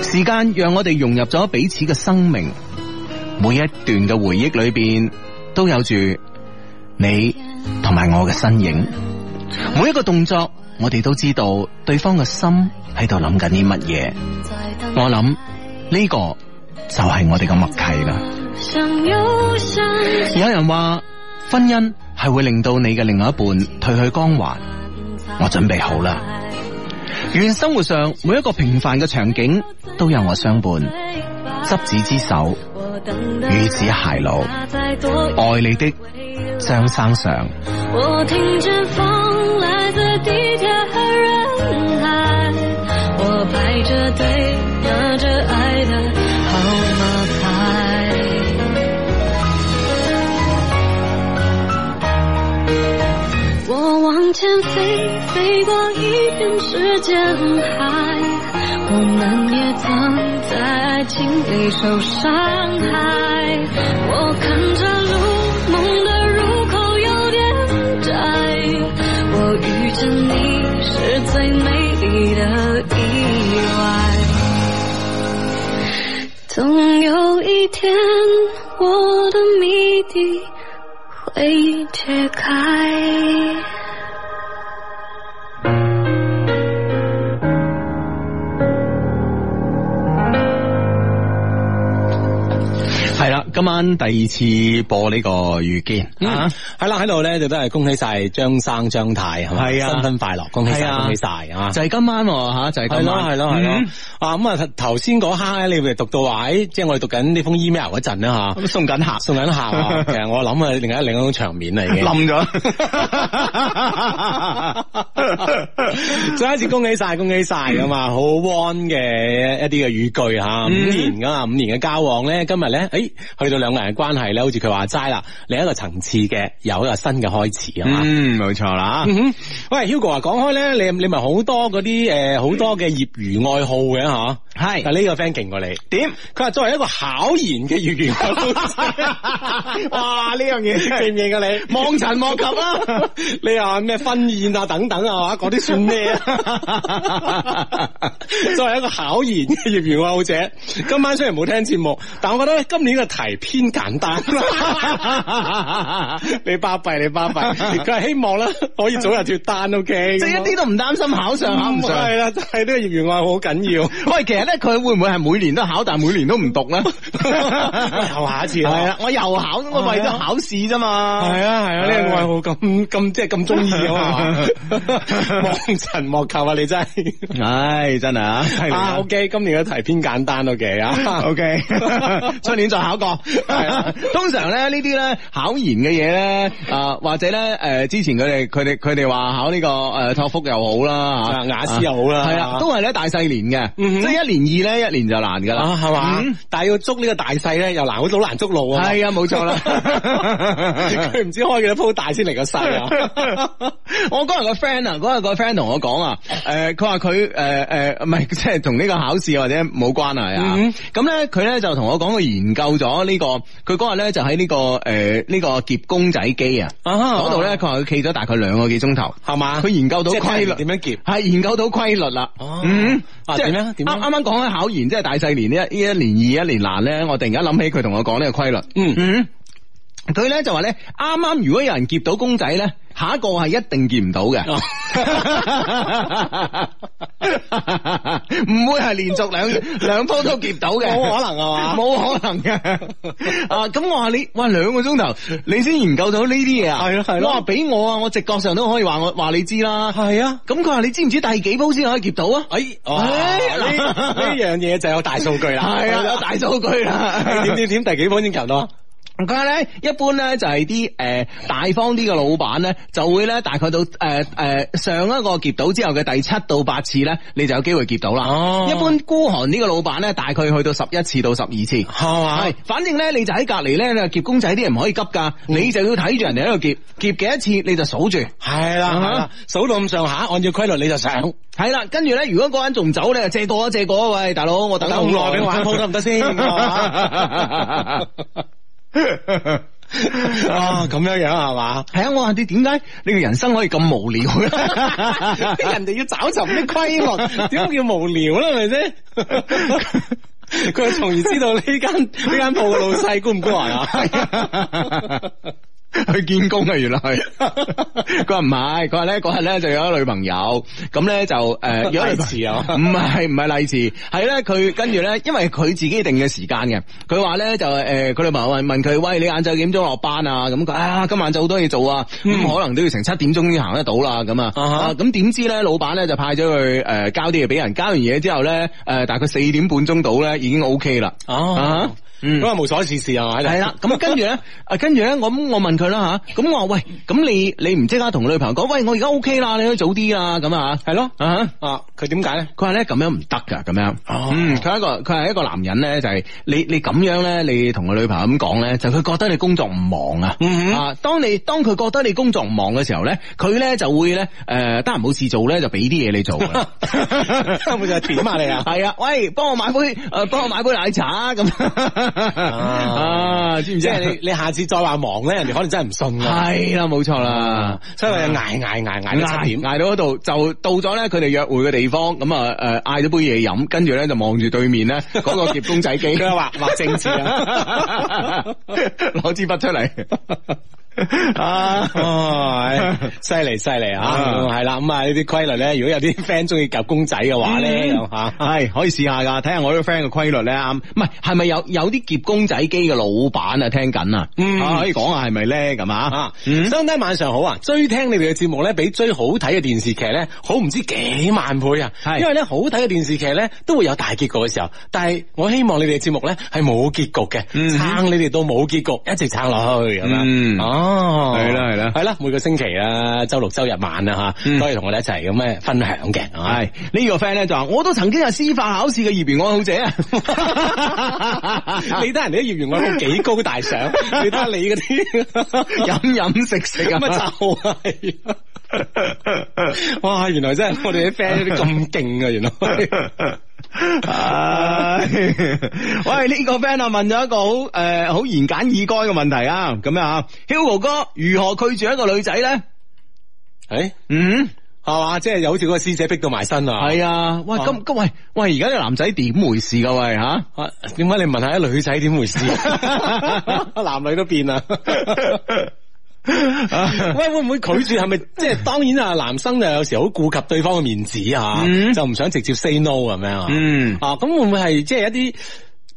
時間讓我哋融入咗彼此嘅生命，每一段嘅回憶裏邊都有住你同埋我嘅身影。每一個動作，我哋都知道對方嘅心喺度諗緊啲乜嘢。在等我諗呢個就係我哋嘅默契啦。相又相惜，有人話婚姻係會令到你嘅另外一半退去光環，我準備好啦。願生活上每一個平凡嘅場景都有我相伴，執子之手，我等的與子偕老。他在多远愛你的未来？張生上，我听见风来自地铁和人海，我排着队拿着爱的号码牌。我往前飞，飞过一片时间海，啊我们也曾在爱情里受伤害。我看着路，梦的入口有点窄，我遇见你是最美丽的意外。总有一天，我的谜底会揭开。係啦，今晚第二次播呢個遇見嗯，啊。系啦，喺度咧就都系恭喜晒張生張太系咪？係啊新婚快樂，恭喜晒，係啊恭喜晒啊！就係今晚喎吓，就係係今咯晚，係咯係咯嗯，啊咁啊頭先嗰刻咧，你哋讀到話，誒即係我哋讀緊呢封 email 嗰陣啦咁送緊客吓，，送緊客啊，其實我諗啊，另一另一種場面嚟嘅。冧咗。 (laughs) 再一次恭喜晒，恭喜晒咁啊！好啊嗯 warm 嘅一啲嘅語句吓，五年噶嘛，五年嘅交往咧，今日咧，诶、去到兩個人嘅關係咧，好似佢話齋啦，另一個層次嘅有一個新嘅開始啊嘛。嗯，冇錯啦。嗯哼，喂，Hugo 啊，講開咧，你你咪好多嗰啲誒，好、多嘅業餘愛好嘅吓。係但呢個 friend 勁過你。點？佢話作為一個考研嘅業餘愛好者， (laughs) 哇！呢樣嘢勁唔勁啊你？望塵莫及 (laughs) 啊！你話咩婚宴啊等等啊嘛，嗰啲算咩 (laughs) 啊？作為一個考研嘅業餘愛好者，今晚雖然冇聽節目，但我覺得咧今年嘅題偏簡單。 (laughs) 你巴閉，你巴閉，佢係希望咧可以早日脱單 (laughs)，OK？即係一啲都唔擔心考上考唔上。嗯係啦，係呢個業餘愛好好緊要。 (laughs) 喂，其實咧，佢會唔會係每年都考，但係每年都唔讀咧？ (laughs) 又下一次係啊啦啦，我又考，我為咗考試啫嘛。係啊係啊，呢個愛好咁咁即係咁中意啊嘛，望塵 (laughs) 莫及啊！你真係唉，真係啊，係啊啊。 ，OK，今年嘅題偏簡單，OK 啊。 O (laughs) K，出年再考過。通常咧呢啲咧考研嘅嘢咧，啊或者咧誒、呃之前佢哋佢哋佢哋話考呢、個誒托福又好啦，啊雅思又好啦係啊，都係咧大細年嘅，嗯哼即係一年二咧一年就難噶啊，啦，係嘛嗯？但係要捉呢個大細咧，又難，好好難捉路啊嘛。係啊，冇錯啦。 (laughs) 佢唔知開幾多鋪大先嚟個細啊。 (laughs) 我嗰日個 friend 啊，嗰日個 friend 同我講啊，誒，佢話佢誒誒，唔係 (laughs) 即係同呢個考試或者冇關係啊嗯。咁咧佢咧就同我講，佢研究咗呢個，佢嗰日咧就喺呢個誒呢個夾公仔機啊，嗰度咧佢話佢企咗大概兩個幾鐘頭，係嘛？佢研究到即係規律點樣夾？係研究到規律啦哦。嗯，啊即係點咧點咧啱啱啱講開考研，即係大細年呢一呢一年二一年難咧，我突然間諗起佢同我講呢個規律。嗯嗯。佢咧就話咧，啱啱如果有人劫到公仔咧，下一個係一定劫唔到哦嘅，唔會係連續兩兩鋪都劫到嘅，冇可能啊嘛冇可能嘅。啊，咁我話你，哇，兩個鐘頭你先研究到呢啲嘢啊？係咯係咯我話俾我啊，我直覺上都可以話我話你知啦。係啊。咁佢話你知唔知第幾鋪先可以劫到啊？哎，哇哎呢呢樣嘢就有大數據啦。哎係啊，有大數據 (laughs) 啦。點點點第幾波先及到啊？佢話咧，一般咧就係啲誒大方啲嘅老闆咧，就會咧大概到誒誒、呃呃上一個劫到之後嘅第七到八次咧，你就有機會劫到啦。哦一般孤寒啲嘅老闆咧，大概去到十一次到十二次。係嘛啊係，反正咧你就喺隔離咧，你話劫公仔啲人唔可以急㗎，你就要睇住人哋喺度劫，劫幾多次你就數住。係啦，係啦，數到咁上下，按照規律你就上，係啦，跟住咧，如果嗰個人仲唔走咧，借過啊借過啊，喂，大佬，我等等咁耐俾我玩鋪得唔 (laughs) 得先？啊，咁樣樣係嘛？系啊，我話你點解你個人生可以咁無聊 (laughs) 咧？人 (laughs) 哋要找尋啲規律，點解叫無聊咧？係咪先？佢從而知道呢 (laughs) 間呢間鋪嘅老細孤唔孤寒啊？去見工啊，原來係佢話唔係，佢話咧嗰日咧就有一個女朋友，咁咧就 (laughs) 誒、呃、有一個女朋利是啊唔係唔係麗池，係咧佢跟住咧，因為佢自己定嘅時間嘅，佢話咧就誒，呃佢、女朋友問問佢，喂，你晏晝幾點鐘落班啊？咁佢啊，今晚就好多嘢做啊，咁、可能都要成七點鐘先行得到啦，咁啊，嗯啊哈啊咁點知咧，老闆咧就派咗佢誒交啲嘢俾人，交完嘢之後咧，誒、大概四點半鐘到咧已經 O K 啦，啊哦哈，嗯咁啊無所事事啊，係啦，咁跟住咧，啊跟住咧，我咁我問佢啦吓，咁我話喂，咁你你唔即刻同女朋友講，喂，我而家 O K 啦，你可以早啲啦，咁啊，係咯啊哈啊，佢點解咧？佢話咧咁樣唔得噶，咁樣，哦嗯，佢係一個佢係一個男人咧，就係、你你咁樣咧，你同個女朋友咁講咧，就佢覺得你工作唔忙啊，嗯哼啊，當你當佢覺得你工作唔忙嘅時候咧，佢咧就會咧誒得閒冇事做咧，就俾啲嘢你做㗎啦。 (laughs) 根本就係點啊你啊！係啊，喂，幫我買杯 (laughs) 誒，幫我買杯奶茶咁 (laughs) 啊，知唔知即啊？ (laughs) 係你你下次再話忙咧，人哋可能真係唔信啊。係啦，冇錯啦。所以我挨挨挨挨到七點。挨到嗰度就到咗咧，佢哋約會嘅地方，咁啊诶嗌咗杯嘢飲，跟住咧就望住對面 (laughs) 咧嗰個夾公仔機，佢話畫政治啊， (laughs) 攞支筆出 (laughs) 嚟啊！啊，犀利犀利啊，啊係啦，咁啊呢啲規律咧，如果有啲 friend 中意夾公仔嘅話咧，嗯咁吓系可以試下噶，睇下我呢個 friend 嘅規律咧啱，唔係係咪有有啲夾公仔機嘅老闆啊聽緊啊？嗯啊可以講下係咪咧咁啊啊，？相低晚上好啊！追聽你哋嘅節目咧，比追好睇嘅電視劇咧，好唔知幾萬倍啊！係因為咧好睇嘅電視劇咧，都會有大結局嘅時候，但係我希望你哋嘅節目咧係冇結局嘅，撐、嗯你哋到冇結局，一直撐落去咁樣。嗯哦、哦，係啦係啦系啦，每個星期啊，周六周日晚啊吓，嗯都可以同我哋一齊咁咩分享嘅，啊係系呢個 friend 咧就話，我都曾經係司法考試嘅業餘愛好者啊！你睇人哋啲業餘愛好幾高大上，你睇下你嗰啲飲飲食食啊，咁啊就係哇！原來真係我哋啲 friend 啲咁勁啊！原來 (laughs) 唉喂，呢、個 friend 啊問咗一個好诶好言簡意賅嘅問題啊，咁啊，Hugo 哥如何拒絕一個女仔咧？誒嗯，係嘛，即係有好似嗰個師姐逼到埋身啊！係啊，喂，咁咁喂喂，而家啲男仔點回事噶喂吓？啊，點解你問下啲女仔點回事？ (laughs) 男女都變啊啦。 (laughs) 喂，會唔會拒絕？係咪即係當然啊？男生就有時好顧及對方嘅面子啊，嗯就唔想直接 say no 咁樣啊。嗯啊，咁會唔會係即係一啲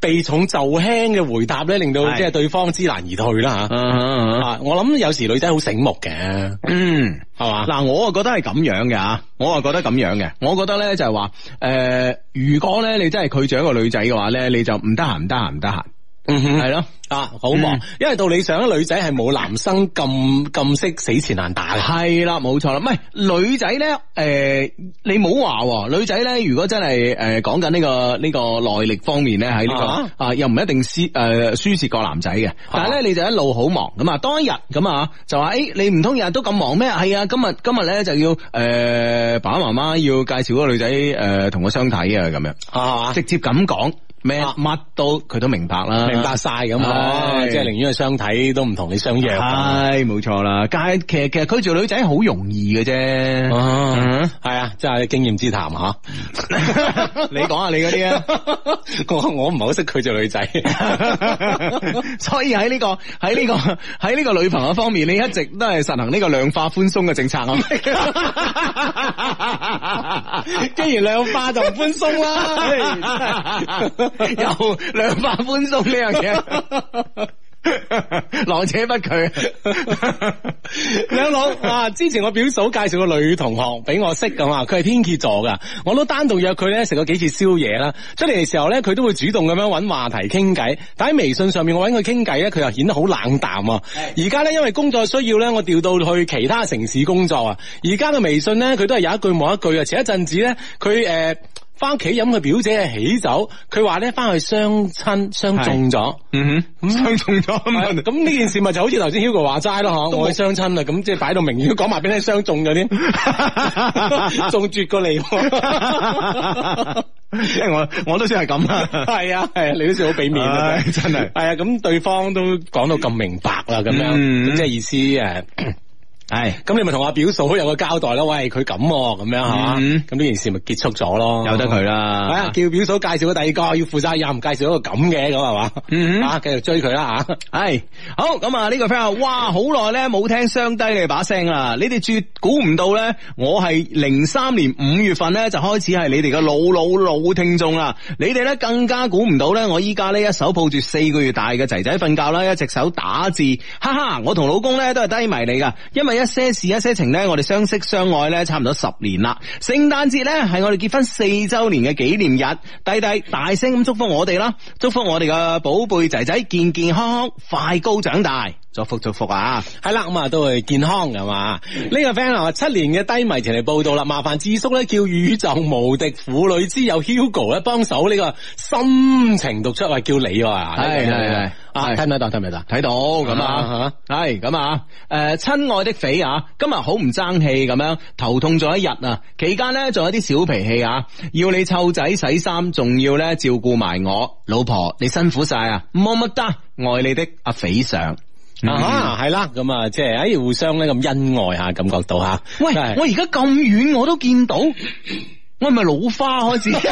避重就輕嘅回答咧，令到係即係對方知難而退啦嚇？啊，我諗有時女仔好醒目嘅，嗯。係嘛？嗱，我啊覺得係咁樣嘅啊，我啊覺得咁樣嘅，我覺得咧就係話，诶、如果咧你真係拒絕一個女仔嘅話咧，你就唔得閒，唔得閒，唔得閒，嗯哼係咯，啊，好忙嗯，因為道理上咧，女仔係冇男生咁咁識死纏爛打嘅。係啦，冇錯啦，唔係女仔咧，诶、你冇話喎，女仔咧，如果真係诶講緊呢個呢、個耐力方面咧，喺呢、個啊啊又唔一定輸诶輸蝕過男仔嘅，但係咧你就一路好忙咁啊，當日咁啊就話诶、你唔通日日都咁忙咩？係啊，今日今日咧就要诶、誒爸爸媽媽要介紹嗰個女仔诶同我相睇啊咁樣。啊直接咁講咩啊乜都佢都明白啦，明白。晒咁啊，唉即係寧願係相睇都唔同你相約。啊係冇錯啦，但係其實其實拒絕女仔好容易嘅啫。哦嗯，系啊，真係經驗之談啊吓。你講下你嗰啲啊， (laughs) 我我唔係好識拒絕女仔，所以喺呢、個喺呢、個喺呢個女朋友方面，你一直都係實行呢個量化寬鬆嘅政策啊。既然兩化就唔寬鬆啦。又量化寬鬆呢樣嘢。狼者不拒，兩老啊，之前我表嫂介紹個女同學俾我識噶嘛，佢係天蝎座噶，我都單獨約佢咧食過幾次宵夜啦。出嚟嘅時候咧，佢都會主動咁樣揾話題傾偈，但喺微信上面我揾佢傾偈咧，佢又顯得好冷淡啊。而家咧因為工作需要咧，我調到去其他城市工作啊。而家嘅微信咧，佢都係有一句冇一句啊。前一陣子咧，佢誒。呃翻屋企飲佢表姐嘅喜酒，佢話咧翻去相親相中咗，嗯哼，相中咗 (laughs) 係啊咁咁呢件事咪就好似頭先 Hugo 話齋咯，嗬，都冇我去相親啦，啊咁即係擺到明顯講埋俾你聽相中咗 (laughs) 啲，仲絕過你喎。因為我我都算係咁啦。係啊，係啊，你都算好俾面啊唉，真係係啊，咁對方都講到咁明白啦，咁樣，嗯咁即係意思誒，系咁你咪同阿表嫂有個交代咯，喂，佢咁喎咁樣係嘛，嗯咁呢件事咪結束咗咯，由得佢係啊啦，，叫表嫂介紹個第二個，要負責任，介紹一個咁嘅咁係嘛，嗯啊，繼續追佢啦嚇。系好咁啊！呢個 friend 話哇，好耐咧冇聽雙低你把聲啊啦，你哋絕估唔到咧，我係零三年五月份咧就開始係你哋嘅老老老聽眾啦，你哋咧更加估唔到咧，我依家呢一手抱住四個月大嘅仔仔瞓覺啦，一隻手打字，哈哈！我同老公咧都係低迷嚟噶，因為一些事一些情咧，我哋相識相愛咧差唔多十年啦，聖誕節咧係我哋結婚四周年嘅紀念日，弟弟大聲咁祝福我哋啦，祝福我哋嘅寶貝仔仔健健康康，快高長大，祝福祝福啊！系啦，咁啊都係健康㗎嘛。呢、個 friend 話七年嘅低迷前嚟報道啦，麻煩智叔咧叫宇宙無敵婦女之友 Hugo 咧幫手呢個心情讀出，喂叫你喎，係呢個係係啊，係睇唔睇到？睇唔睇到？睇到咁啊啊，系咁啊，诶，亲愛的匪啊，今日好唔爭氣咁樣，頭痛咗一日啊，期間咧仲有啲小脾氣啊，要你湊仔洗衫，仲要咧照顧埋我，老婆你辛苦晒啊，么么哒，愛你的阿匪上。啊，係啦，咁啊，即係哎互相咧咁恩愛吓，感覺到吓。喂，真係我而家咁遠我都見到，我係咪老花開始？ (laughs)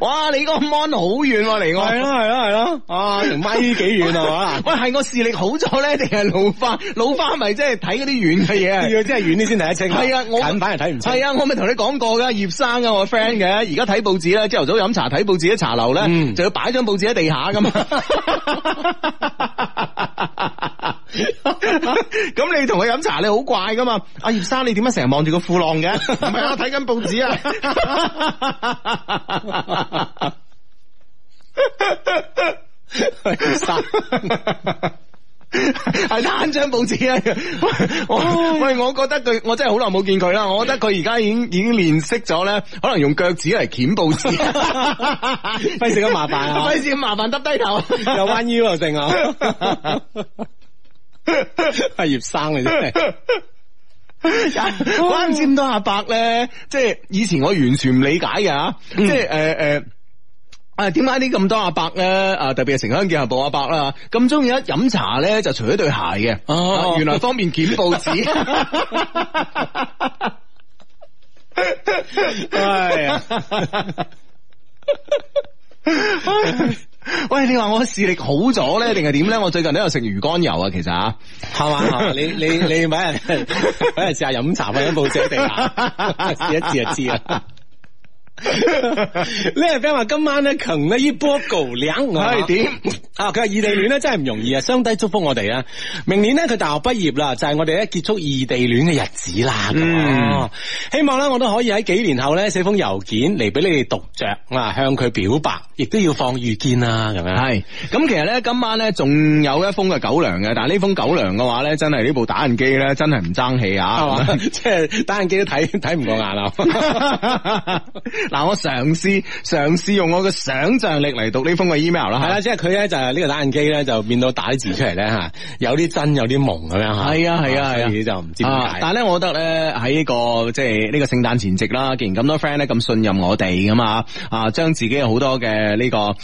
哇！你嗰個 mon 好遠喎，離我係咯係咯係咯，啊，成米幾遠啊嘛。 (laughs) 喂，係我視力好咗咧，定係老花？老花咪即係睇嗰啲遠嘅嘢 (laughs) 啊？要真係遠啲先睇得清，係啊我近反而睇唔清。係啊，我咪同你講過噶，葉生啊，我 friend 嘅，而家睇報紙咧，朝頭早飲茶睇報紙喺茶樓咧，嗯就要擺張報紙喺地下 (laughs) 噶嘛。咁你同佢飲茶，你好怪噶嘛？阿葉生，你點解成日望住個褲浪嘅？唔係啊，我睇緊報紙啊。 (laughs) 系攤張報紙 (laughs) 啊！哦我喂，我覺得佢，我真係好耐冇見佢啦。我覺得佢而家已經已經練識咗咧，可能用腳趾嚟鉗報紙， (laughs) 費事咁麻煩 (laughs) 啊費事咁麻煩，耷低頭。又彎腰又剩啊， (laughs) 系叶生嘅啫。 (laughs) 關唔知咁多阿伯咧，即係以前我完全唔理解嘅吓，嗯即係诶诶。啊，點解呢咁多阿伯咧？啊，特別係城鄉結合部阿伯啦，咁中意一飲茶咧就除咗對鞋嘅，哦啊原來方便檢報紙。哎呀， (laughs) 喂，你話我視力好咗咧，定係點咧？我最近都有食魚肝油啊，其實啊，(laughs) 系嘛？你你你咪人 (laughs) 咪人试下飲茶，咪人報紙地下， (laughs) 試一試就知啦。 (laughs) 呢位 friend 話今晚咧窮咧一波狗糧，係點啊？佢話異地戀咧真係唔容易啊！相低祝福我哋啊！明年咧佢大學畢業啦，就係、我哋咧結束異地戀嘅日子啦。嗯哦希望咧我都可以喺幾年後咧寫封郵件嚟俾你哋讀着啊，向佢表白，亦都要放遇見啦，咁樣。係咁其實咧今晚咧仲有一封嘅狗糧嘅，但係呢封狗糧嘅話咧，真係呢部打印機咧真係唔爭氣啊！係嘛？即係打印機都睇睇唔過眼啊！ (laughs) 嗱，我嘗試嘗試用我嘅想像力嚟讀呢封嘅 email 啦，系係啦，即係佢咧就係呢個打印機咧就變到打啲字出嚟咧吓，有啲真有啲蒙咁樣吓。係啊係啊係啊所以就唔知點啊解。但係咧，我覺得咧喺呢個即係呢個聖誕前夕啦，既然咁多 friend 咧咁信任我哋噶嘛，啊，將自己好多嘅呢、個誒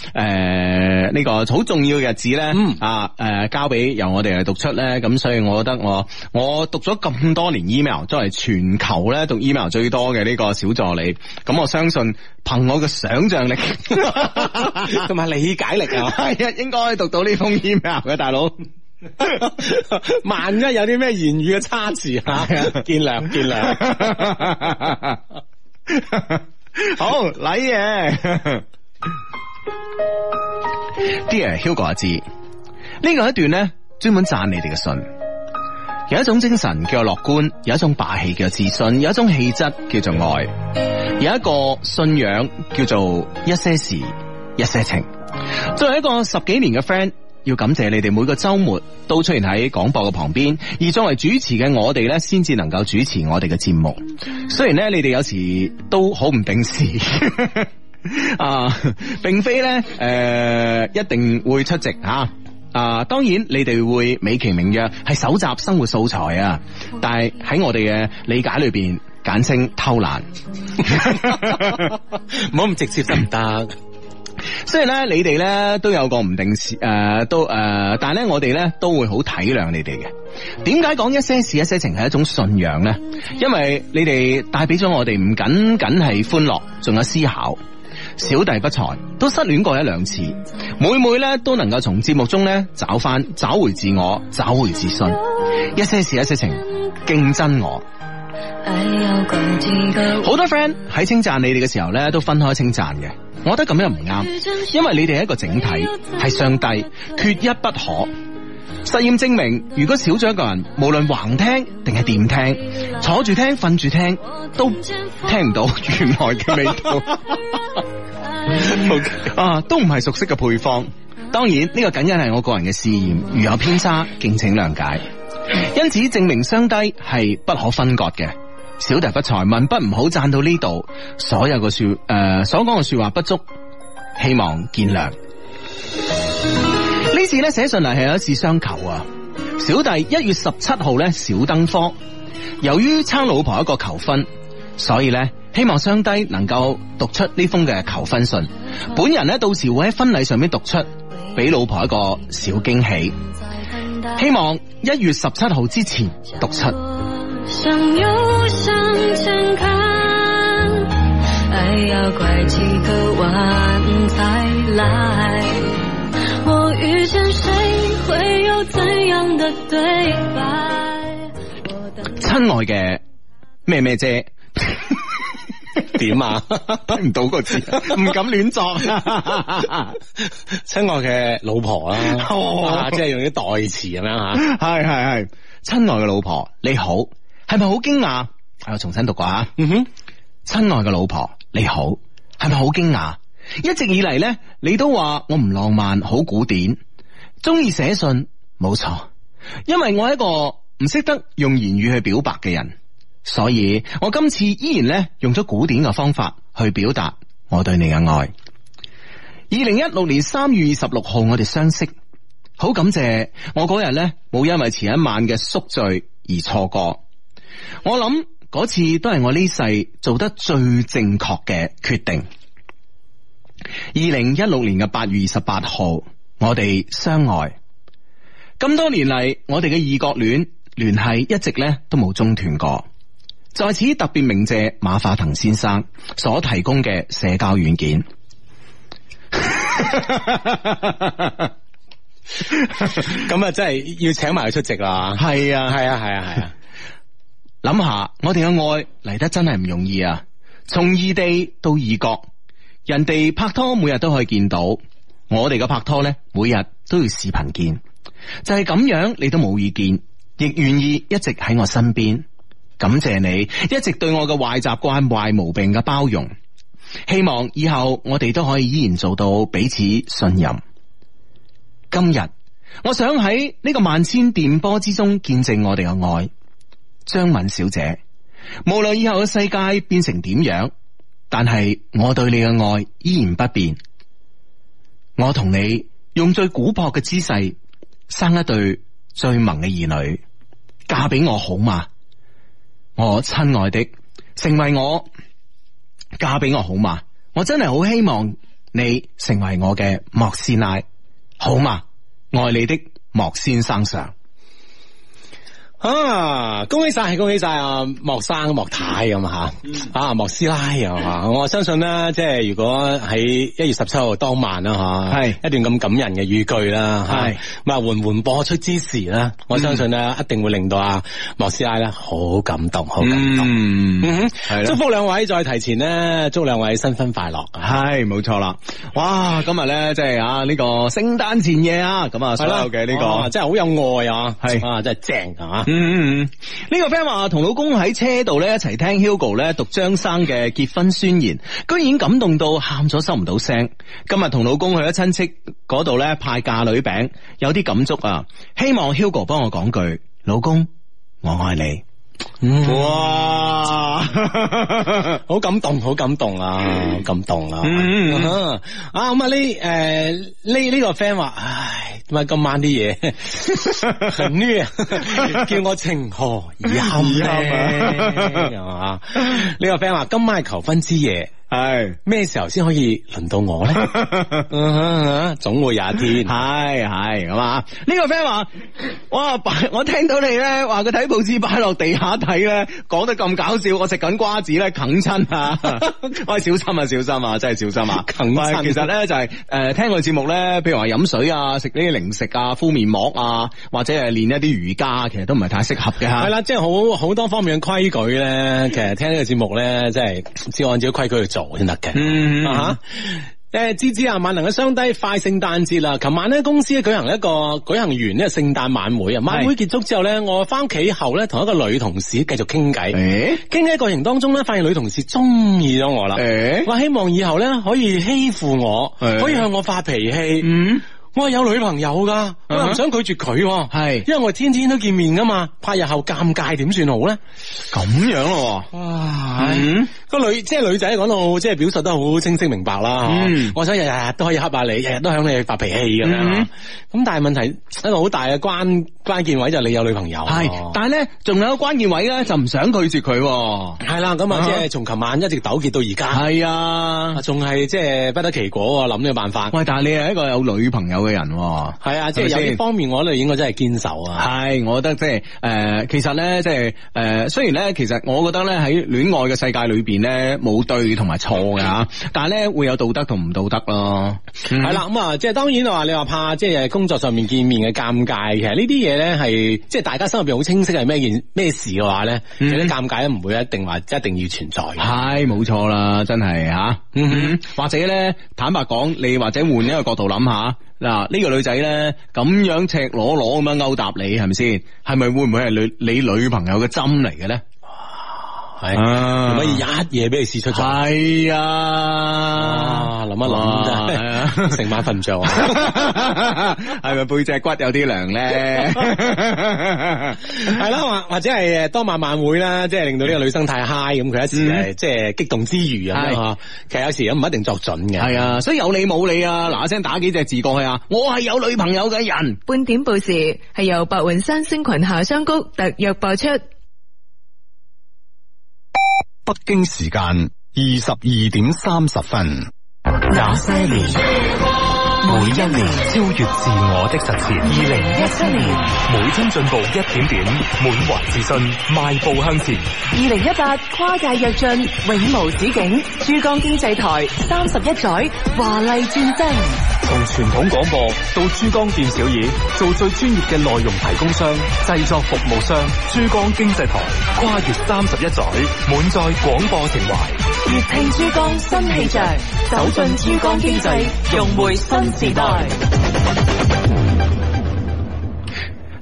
呢、個好重要嘅日子咧，嗯啊誒、交俾由我哋嚟讀出咧，咁所以我覺得我我讀咗咁多年 email，作為全球咧讀 email 最多嘅呢個小助理，咁我相信憑我嘅想 (laughs) 像力 (laughs) 同埋理解力啊！係啊，應該讀到呢封 email 嘅大佬。萬一有啲咩言語嘅差池吓，啊見諒見諒。 (laughs) 好嚟嘢，Dear Hugo 阿志，呢個係一段呢專門讚你哋嘅信。有一種精神叫做樂觀，有一種霸氣叫做自信，有一種氣質叫做愛，有一個信仰叫做一些事一些情。作為一個十幾年嘅 friend，要感謝你哋每個周末都出現喺廣播嘅旁邊，而作為主持嘅我哋呢，先至能夠主持我哋嘅節目。雖然呢，你哋有時都好唔定時。 (laughs) 啊，並非呢，誒、一定會出席嚇。啊啊，當然你哋會美其名曰係搜集生活素材啊，但係喺我哋嘅理解裏邊，簡稱偷懶。唔好咁直接得唔 (laughs) 得？雖然咧，你哋咧都有個唔定時诶、呃都诶、呃但係咧我哋咧都會好體諒你哋嘅。點解講一些事一些情係一種信仰咧？因為你哋帶俾咗我哋唔僅僅係歡樂，仲有思考。小弟不才，都失戀過一兩次，每每咧都能夠從節目中咧找翻、找回自我、找回自信。一些事一些情，競爭我。还有固执的好多 friend 喺稱讚你哋嘅時候咧，都分開稱讚嘅。我覺得咁樣唔啱。因為你哋係一個整體，係上帝，缺一不可。實驗證明，如果少咗一個人，無論橫聽定係點聽，坐住聽、瞓住聽，都聽唔到原來嘅味道。啊，都唔係熟悉嘅配方。當然，呢、個僅僅係我個人嘅試驗，如有偏差，敬請諒解。因此，證明相低係不可分割嘅。小弟不才，文筆唔好，讚到呢度，所有嘅說誒、呃所講嘅說話不足，希望見諒。呢次咧寫信嚟係有一次相求啊！小弟一月十七號咧小登科，由於撐老婆一個求婚，所以咧希望相低能夠讀出呢封嘅求婚信。本人咧到時會喺婚禮上面讀出，俾老婆一個小驚喜。希望一月十七號之前讀出。想忧伤健康，爱要拐几个弯才来。我遇见谁会有怎样的对白？我等親愛嘅咩咩姐，點啊？睇唔到個字，唔敢亂作。親愛嘅老婆啦，哦啊即係用啲代詞咁樣 (laughs) 吓。系系系，亲愛嘅老婆你好，係咪好驚訝？哎我重新讀過吓，啊嗯哼，親愛嘅老婆你好，係咪好驚訝？一直以嚟呢，你都話我唔浪漫，好古典，中意寫信，冇錯，因為我係一個唔識得用言語去表白嘅人，所以我今次依然呢，用咗古典嘅方法去表達我對你嘅愛。二零一六年三月二十六號，我哋相識，好感謝我嗰日呢，冇因為前一晚嘅宿醉而錯過。我諗嗰次都係我呢世做得最正確嘅決定。二零一六年嘅八月二十八號，我哋相愛。咁多年嚟，我哋嘅異國戀聯繫一直咧都冇中斷過。在此特別鳴謝馬化騰先生所提供嘅社交軟件。咁啊，真係要請埋佢出席啦。係啊，係啊，係啊，係啊。諗下，我哋嘅愛嚟得真係唔容易啊！從異地到異國，人哋拍拖每日都可以見到，我哋嘅拍拖呢，每日都要視頻見，就係咁樣，你都冇意見，亦願意一直喺我身邊。感謝你一直對我嘅壞習慣、壞毛病嘅包容，希望以後我哋都可以依然做到彼此信任。今日，我想喺呢個萬千電波之中見證我哋嘅愛。張敏小姐，無論以後嘅世界變成點樣，但係我對你嘅愛依然不變。我同你用最古朴嘅姿勢生一對最萌嘅兒女，嫁俾我好嗎？我親愛的，成為我嫁俾我好嗎？我真係好希望你成為我嘅莫師奶，好嗎？愛你的莫先生上。啊！恭喜晒，恭喜晒啊！莫生、莫太咁吓，嗯啊莫師奶咁吓，我相信咧，即係如果喺一月十七號當晚啦吓，係一段咁感人嘅語句啦，吓係嗯咁啊緩緩播出之時咧，我相信咧一定會令到啊莫師奶咧好感動，好感動。嗯嗯係哼，啦祝福兩位，再提前咧，祝兩位新婚快樂啊！系冇错啦，哇！今日咧即系啊呢個聖誕前夜啊，咁啊所有嘅呢啊個，真係好有愛啊，係啊真係正啊！嗯嗯嗯，呢、個 friend 話同老公喺車度咧一齊聽 Hugo 咧讀張生嘅結婚宣言，居然感動到喊咗收唔到聲。今日同老公去咗親戚嗰度咧派嫁女餅，有啲感觸啊！希望 Hugo 幫我講句，老公我愛你。嗯哇！好感動，好感動啊，好感動啊！嗯嗯啊咁啊呢誒呢呢個 friend 話，唉，點解今晚啲嘢很虐 (laughs) 啊？叫我情何以堪以呢堪啊係嘛？呢個 friend 話今晚係求婚之夜，係。咩時候先可以輪 (laughs) 到我咧？啊總會有一天。系系咁啊！呢、個 friend 話：，哇！ (laughs) 擺我聽到你咧話佢睇報紙擺落地下睇咧，講得咁搞笑，我食緊瓜子咧啃親 (laughs) 啊！喂，小心啊，小心啊，真係小心啊！啃親喂其實咧就係、呃聽我節目咧，譬如話飲水啊，食呢啲零食啊，敷面膜啊，或者係練一啲瑜伽，其實都唔係太適合嘅吓。系啦，即係好好多方面嘅規矩咧，其實聽呢個節目咧，即係只按照規矩去做先得嘅。嗯，嗯啊誒，芝芝啊，萬能嘅雙低，快聖誕節啦！琴晚咧，公司咧舉行一個舉行完呢個聖誕晚會啊，晚會結束之後咧，我翻屋企後咧，同一個女同事繼續傾偈，誒傾偈過程當中咧，發現女同事中意咗啊我啦，誒 (laughs) 我希望以後咧可以欺負我，誒可以向我發脾氣，嗯，我係有女朋友噶，我又嗯哼唔想拒絕佢喎，係因為我係天天都見面噶嘛，怕日後尷尬點算好咧？咁樣咯喎，哇嗯個女即係女仔講到，即係表述得好清晰明白啦。嗯嗬我想日日都可以恰下你，日日都向你發脾氣咁樣嗯啊。咁但係問題一個好大嘅關關鍵位就係你有女朋友。係，但係咧仲有一個關鍵位咧，就唔想拒絕佢喎。係啦，咁啊啊，即係從琴晚一直糾結到而係啊家，。仲係即係不得其果喎，諗呢個辦法。喂，但系你係一個有女朋友嘅人喎。係啊，即係咪係有先呢方面我哋應該真係堅守啊。係，我覺得即係诶，其實咧，即係诶，虽然咧，其實我覺得咧喺戀愛嘅世界裏边咧，冇對同埋錯嘅吓，但係咧會有道德同唔道德咯。系係，啦，咁啊，即係當然話你話怕即係工作上面見面嘅尷尬，其實呢啲嘢咧係即係大家心入邊好清晰係咩件咩事嘅話咧，其嗯實啲尷尬咧唔會一定話一定要存在嘅。係冇錯啦，真係吓。嗯哼或者咧，坦白講，你或者換一個角度諗下，嗱呢個女仔咧咁樣赤裸裸咁樣勾搭你，係咪先？係咪會唔會係女你女朋友嘅針嚟嘅咧？係啊唔可以一夜俾你試出咗。系啊，啊，諗一諗哇係啊真係，成晚瞓唔 (laughs) 着啊！系咪背脊骨有啲凉咧？系啦，或或者系诶当晚晚會啦，即係令到呢個女生太 high 咁，佢一時诶嗯即係激動之餘咁係樣啊其實有時咁唔一定作準嘅。系啊，所以有理冇理啊，嗱一声打幾隻字過去啊！我係有女朋友嘅人，半點報時係由白雲山星群夏桑菊特約播出。北京時間二十二點三十分。那些年，每一年超越自我的實踐。二零一七年，每天進步一點點，滿懷自信，邁步向前。二零一八跨界躍進，永無止境。珠江經濟台三十一載華麗轉身。從傳統廣播到珠江電小耳，做最專業嘅內容提供商、製作服務商，珠江經濟台跨越三十一載，滿載廣播情懷。粵拼珠江新氣象，走進珠江經濟，融匯新時代。 (laughs)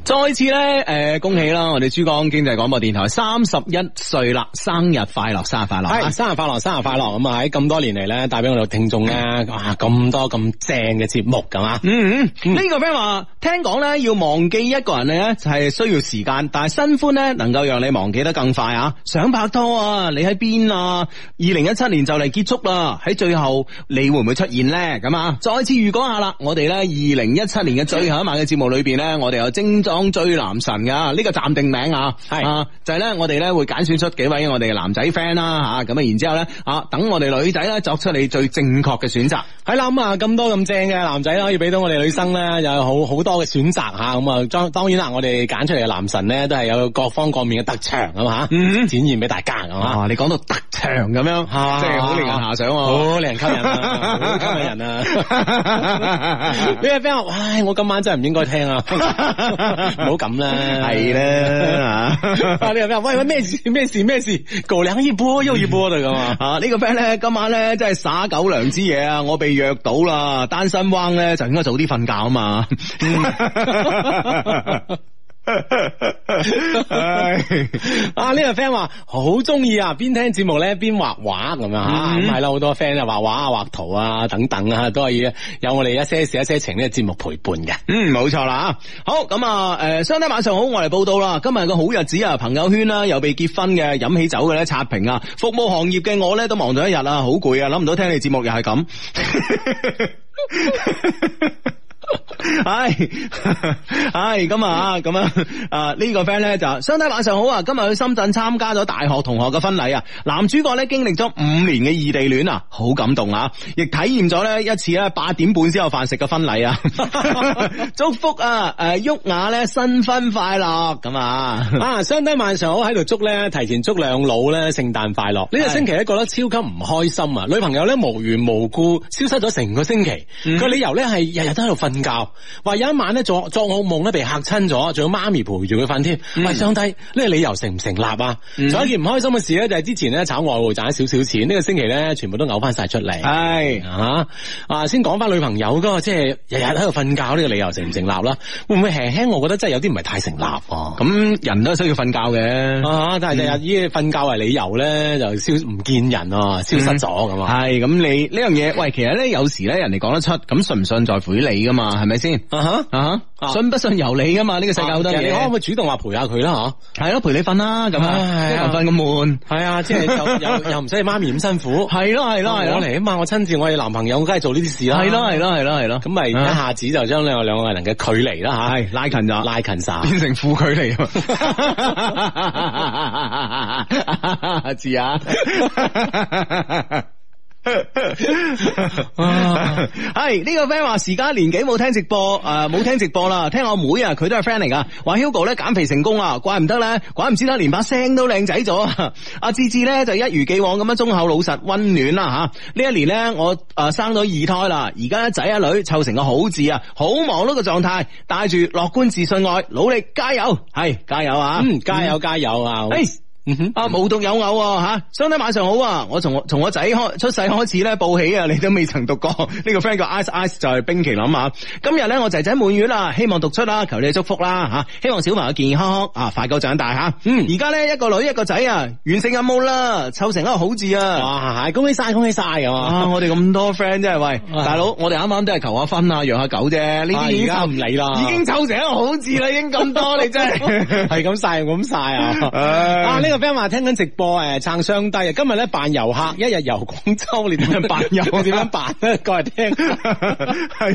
再次咧诶、呃恭喜啦！我哋珠江經濟廣播電台三十一歲啦，生日快樂，生日快樂！係生日快樂，生日快樂！咁啊喺咁多年嚟咧，帶俾我哋聽眾咧，哇咁多咁正嘅節目咁啊！嗯嗯，呢、個 friend 話聽講咧，要忘記一個人咧就係需要時間，但係新歡咧能夠讓你忘記得更快啊！想拍拖啊，你喺邊啊？二零一七年就嚟結束啦，喺最後你會唔會出現咧？咁啊，再次預告下啦，我哋咧二零一七年嘅最後一晚嘅節目裏边咧，我哋有精裝追男神噶，呢、個暫定名啊，係啊，就係咧我哋咧會揀選出幾位我哋嘅男仔 friend 啦吓，咁啊，然之后咧啊，等我哋女仔咧作出你最正確嘅選擇。係啦，咁啊咁多咁正嘅男仔啦，可以俾到我哋女生咧，有好好多嘅選擇吓。咁啊，當當然啦，我哋揀出嚟嘅男神咧，都係有各方各面嘅特長咁吓，嗯展現俾大家咁吓。啊！你講到特長咁樣，啊即係好令人遐想喎。好令人吸引啊，好吸引人啊！呢位 friend 話唉，我今晚真係唔應該聽啊， (laughs) 唔好咁啦，係啦啊呢個 friend 話喂喂咩事咩事咩事，狗糧一波又一波嚟噶嘛，啊！呢、個 friend 咧，今晚咧真係耍狗糧之夜啊！我被約到啦，單身汪咧就應該早啲瞓覺啊嘛。嗯 (laughs) 唉啊呢個 friend 話好中意啊，邊聽節目咧邊畫畫咁樣吓，嗯咁係啦，好多 friend 啊畫畫啊畫圖啊等等啊，都係有我哋一些事一些情呢個節目陪伴嘅。嗯，冇錯啦好咁啊，诶、呃，相低晚上好，我嚟報道啦。今日個好日子啊，朋友圈啦，有被結婚嘅，飲喜酒嘅咧，刷屏啊。服務行業嘅我咧都忙咗一日啊，好攰啊，諗唔到聽你節目又係咁。唉唉，咁啊，咁啊，啊呢個 friend 咧就相低晚上好啊，今日去深圳參加咗大學同學嘅婚禮啊，男主角咧經歷咗五年嘅異地戀啊，好感動啊，亦體驗咗咧一次咧八點半先有飯食嘅婚禮啊， (laughs) 祝福啊，诶、旭雅咧新婚快樂咁啊， (laughs) 啊，相低晚上好喺度祝咧，提前祝兩老咧聖誕快樂。呢、個星期咧覺得超級唔開心啊！女朋友咧無緣無故消失咗成個星期，佢、理由咧係日日都喺度瞓覺，話有一晚咧作作惡夢咧被嚇親咗，仲有媽咪陪住佢瞓添。喂，相低呢、個理由成唔成立啊？仲、有一件唔開心嘅事咧，就係之前咧炒外匯賺咗少少錢，呢、個星期咧全部都嘔翻晒出嚟。係啊啊！先講翻女朋友嗰個，即係日日喺度瞓覺呢個理由成唔成立啦？會唔會輕輕？我覺得真係有啲唔係太成立喎。咁人都係需要瞓覺嘅。啊！但係日嗯日以瞓覺為理由咧，就消唔見人啊，消失咗咁啊。係咁，你呢樣嘢，喂，其實咧有時咧人哋講得出，咁信唔信在乎於你噶嘛，係咪先？啊哈！啊啊哈，信不信由你噶嘛？呢、個世界好多人哋可唔嘢可，以主動話陪下佢啦？係咯，陪你瞓啦，咁啊，唉一個人瞓咁悶，吓，係啊，即係 (laughs) 就又又唔使你媽咪咁辛苦。係咯係咯係我咯，嚟啊嘛，我親自我係男朋友，我梗係做呢啲事啦。係咯係咯係咯係咯，咁咪一啊下子就將兩個兩個人嘅距離啦吓，係拉近咗，拉近晒。變成負距離喎， (laughs) 知 (laughs) 啊。 (laughs) 係呢、個 friend 話時間年紀冇聽直播，诶、冇聽直播啦，聽我妹啊，佢都係 friend 嚟噶，話 Hugo 咧減肥成功啊，怪唔得咧，怪唔知得連把聲都靚仔咗 (laughs) 啊！阿志志咧就一如既往咁樣忠厚老實温暖啦吓，呢、一年咧我诶、呃生咗二胎啦，而家一仔一女湊成個好字啊，好忙碌嘅狀態，帶住樂觀自信愛，努力加油，係加油啊！嗯，加油加油啊！诶、嗯哼啊，無獨有偶啊吓，相弟晚上好啊！我從我從我仔開出世開始咧報喜啊，你都未曾讀過 (laughs) 呢、個 friend 叫 Ice Ice 就係冰淇淋啊！今日咧我仔仔滿月啦，希望讀出啦，求你祝福啦吓、希望小朋友健健康康啊，快夠長大吓、嗯而家咧一個女一個仔啊，完成任務啦，湊成一個好字啊！哇，係恭喜晒，恭喜晒咁啊！啊！我哋咁多 friend 真係喂，啊大佬，我哋啱啱都係求下婚啊，養下狗啫，呢啊啲已而經家湊唔理啦，已經湊成一個好字啦，已經咁多，你真 (laughs) 係。系咁晒，咁晒啊！唉啊，呢個 friend 話聽緊直播诶，撐雙低啊！今日咧扮遊客，一日遊廣州，你點樣扮遊？點樣扮咧？過嚟聽。係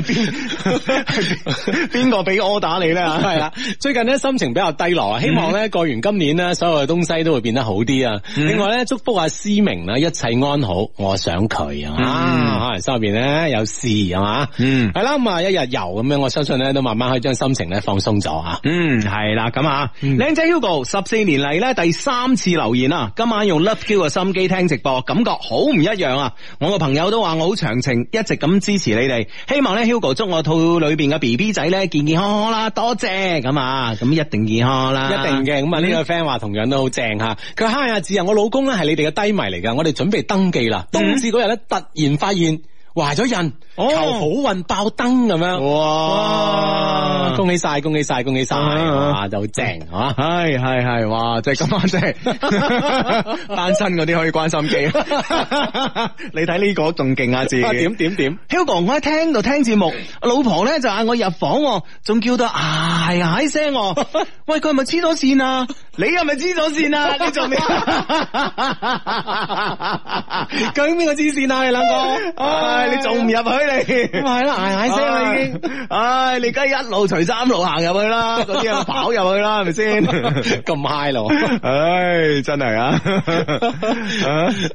邊 (laughs) 邊個俾 order 你咧？嗯系啦，最近咧心情比較低落啊，希望咧過完今年咧，所有嘅東西都會變得好啲啊！嗯另外咧，祝福阿思明啦，一切安好，我想佢啊！啊可能心入边咧有事係嘛？嗯係啦，咁啊一日遊咁樣，我相信咧都慢慢可以將心情咧放鬆咗啊！嗯嗯，系啦，咁啊，靚仔 Hugo 十四年嚟咧第三次留言啊，今晚用 Love Q 嘅心機聽直播，感覺好唔一樣啊！我個朋友都話我好長情，一直咁支持你哋，希望咧 Hugo 祝我肚裏邊嘅 B B 仔咧健健康康啦，多謝咁啊，咁一定健康啦，一定嘅，咁嗯啊呢個 friend 話同樣都好正吓，佢嗨阿志啊，我老公咧係你哋嘅低迷嚟噶，我哋準備登記啦，冬至嗰日咧突然發現懷咗孕，嗯哦求好運爆燈咁樣，哇哇！恭喜晒，恭喜晒，恭喜晒，啊啊就好正啊！系系系，哇！即系今晚真 (laughs) 系单身嗰啲可以關心機， (laughs) 你睇呢個仲勁啊！自己啊點點點 Hugo，我喺聽度聽節目，老婆咧就嗌我入房喎，仲叫到嗌嗌聲喎。 (laughs) 喂，佢係咪黐咗線啊？你係咪黐咗線啊？你 (laughs) 做咩？究竟邊個黐線啊？你兩個，唉，你仲唔入去咁你？係啦，嗌嗌聲啦已經。唉，你梗係一路除衫一路行入去啦，嗰 (laughs) 啲人啊跑入去啦，係咪先？ (laughs) 咁 high 咯！ (laughs) 唉，真係啊！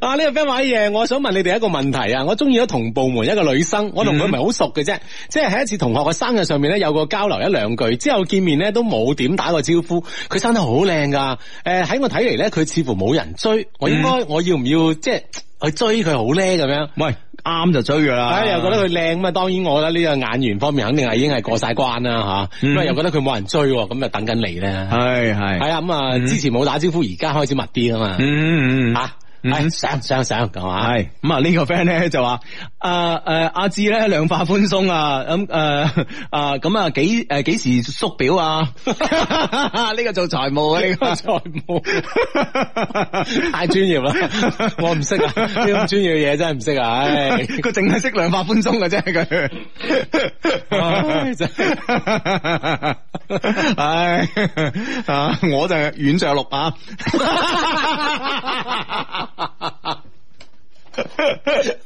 啊呢個 friend 話嘢，我想問你哋一個問題啊！我中意咗同部門一個女生，我嗯同佢唔係好熟嘅啫，即係喺一次同學嘅生日上面咧有個交流一兩句，之後見面咧都冇點打過招呼。佢生得好靚噶，誒喺我睇嚟咧，佢似乎冇人追，我 Ừ. 應該、嗯我要唔要即係去追佢好咧咁樣？喂，啱就追噶啦，唉，又覺得佢靚咁啊！當然我覺得呢個眼緣方面肯定係已經係過晒關啦吓，咁啊、嗯又覺得佢冇人追喎，咁就等緊你咧。係係係，啊，咁啊之前冇打招呼，而家開始密啲啊嘛。嗯 Ừ. 嗯嗯嗯。啊，嗯係上上上咁嘛， (laughs) 系咁啊！呢個 friend 咧就話：啊诶，阿志咧量化寬鬆啊，咁诶啊咁啊幾诶几时縮表啊？呢個做財務啊，呢個再冇太專業啦， (laughs) 我唔識啊，呢咁專業嘅嘢真係唔識啊，唉。佢淨係識量化寬鬆嘅啫，佢。唉真唉啊！我就係軟着陸啊！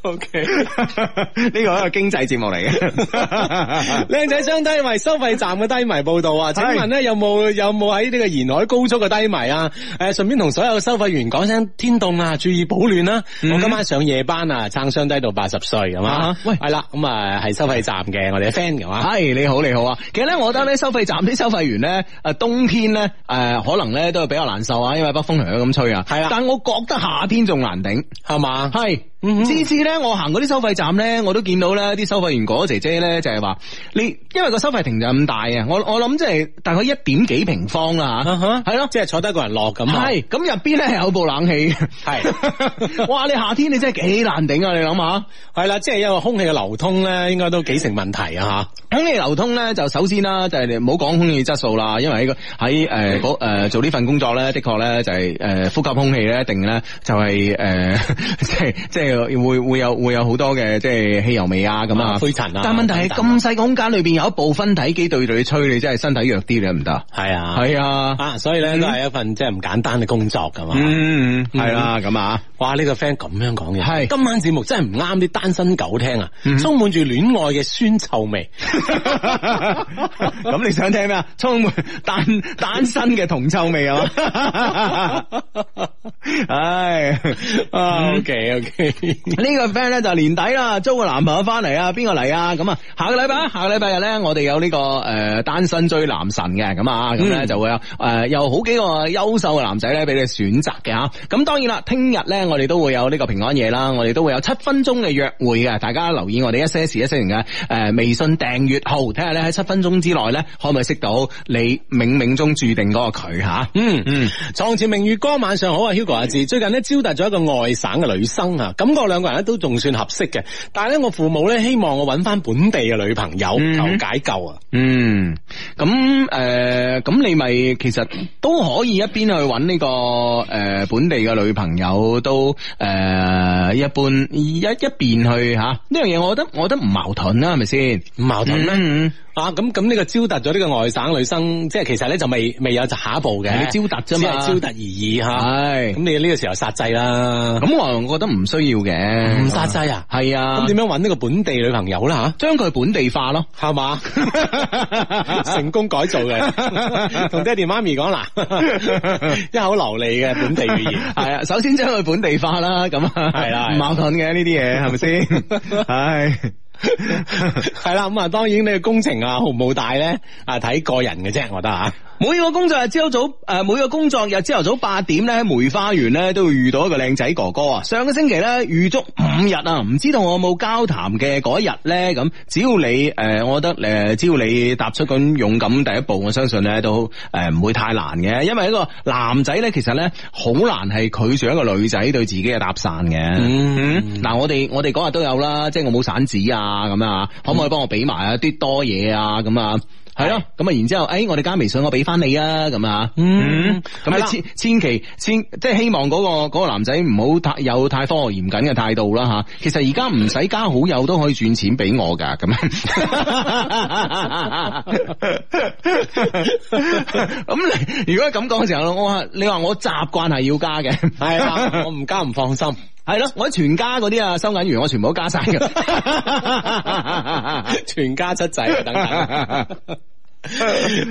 O K，呢個係一個經濟節目嚟嘅。 (laughs) 靚仔相低為收費站嘅低迷報道啊，請係問咧有冇有冇喺呢個沿海高速嘅低迷啊？誒，順便同所有收費員講聲天凍啊，注意保暖啦。我今晚上夜班啊，撐相低到八十歲咁嗯啊啊哈。喂係啦，咁啊係收費站嘅，我哋嘅 friend 嘅嘛。係你好，你好啊！其實咧，我覺得咧，收費站啲收費員咧，誒冬天咧，誒、可能咧都係比較難受啊，因為北風涼咁吹啊。係啦但我覺得夏天仲難頂。係嘛？係，嗯哼次次咧我行嗰啲收費站咧，我都見到咧啲收費員哥哥姐姐咧就係話，你因為個收費亭就咁大啊，我我諗即係大概一點幾平方啦吓，啊哈係咯。即係坐低一個人落咁啊。係咁入邊咧有部冷氣，係 (laughs) 哇！你夏天你真係幾難頂啊！你諗下。系啦，即係一個空氣嘅流通咧，應該都幾成問題啊空氣流通咧，就首先啦，就係你唔好講空氣質素啦，因為喺個喺誒嗰誒做呢份工作咧，的確咧就係、呃呼吸空氣咧，一定咧就係、呃 (laughs) 即係即係會會有會有好多嘅即係汽油味啊咁啊啊灰塵啊但問題係等等啊咁細個空間裏邊有一部分體機對住你吹，你真係身體弱啲，你得唔得？吓。係啊，係啊，啊，所以咧都係一份即係唔簡單嘅工作噶嘛。嗯，係啦，咁啊，哇！呢、個 friend 咁樣講嘅，係嗯今晚節目真係唔啱啲單身狗聽啊，充滿住戀愛嘅酸臭 (laughs) 味。咁你想聽咩啊？充滿單單身嘅銅臭味啊嘛！唉。 (laughs) 啊，OK OK， (laughs) 呢個 friend 咧就年底啦，租個男朋友翻嚟啊，邊個嚟啊？咁啊，下個禮拜啊，下個禮拜日咧，我哋有呢、個誒、呃單身追男神嘅，咁啊，咁咧就會有誒、呃有好幾個優秀嘅男仔咧俾你選擇嘅吓。咁當然啦，聽日咧我哋都會有呢個平安夜啦，我哋都會有七分鐘嘅約會嘅，大家留意我哋一些事一些情嘅誒微信訂閱號，睇下咧喺七分鐘之內咧可唔可以識到你冥冥中注定嗰個佢吓。 (laughs) 嗯嗯，床前明月光，晚上好啊，Hugo 阿志，最近咧招待咗一個外省嘅女生啊，感覺兩個人咧都仲算合適嘅，但係咧我父母咧希望我揾翻本地嘅女朋友嗯求解救啊，嗯，咁誒，呃咁、你咪其實都可以一邊去揾呢、個誒、呃本地嘅女朋友，都誒、呃一般一一邊去吓呢樣嘢，我覺得我覺得唔矛盾啦，係咪先？唔矛盾咩？嗯啊，咁咁呢個招達咗呢個外省女生，即係其實咧就未未有下一步嘅，係你招達啫嘛只係招達而已吓。係咁你呢個時候殺制啦，咁我覺得唔需要嘅，唔殺制啊？係啊，咁點樣揾呢個本地女朋友啦將佢本地化咯？吓？係 (laughs) 嘛？成功改造 (laughs) 嘅，同爹哋媽咪講嗱， (laughs) 一口流利嘅本地語言。係啊，首先將佢本地化啦，咁啊，係啦係啦唔矛盾嘅呢啲嘢，係咪先？ (laughs) 唉。系啦，咁啊，當然你嘅工程啊，好唔好大咧？啊，睇個人嘅啫，我覺得啊。每個工作日朝早，誒、呃每個工作日朝頭早八點咧，喺梅花園咧都會遇到一個靚仔哥哥啊！上個星期咧遇足五日啊，唔知道我有冇交談嘅嗰一日咧咁，只要你誒、呃我覺得誒、呃只要你踏出咁勇敢第一步，我相信咧都誒唔、會太難嘅，因為一個男仔咧其實咧好難係拒絕一個女仔對自己嘅搭訕嘅。嗯，嗱、我哋我哋嗰日都有啦，即係我冇散紙啊咁啊，可唔可以幫我俾埋一啲多嘢啊咁啊？系咯，咁啊，然之後，誒、我哋加微信，我俾翻你啊，咁啊，嗯咁係你啦千千祈千，即係希望嗰、個嗰個男仔唔好太有太科學嚴謹嘅態度啦吓。其實而家唔使加好友都可以轉錢俾我㗎， (laughs) 咁樣。咁你如果係咁講嘅時候，我話你話我習慣係要加嘅，係啊啦，我唔加唔放心， (laughs) 係咯，我喺全家嗰啲啊收銀員我全部都加晒 (laughs) 㗎。全家七仔啊等等。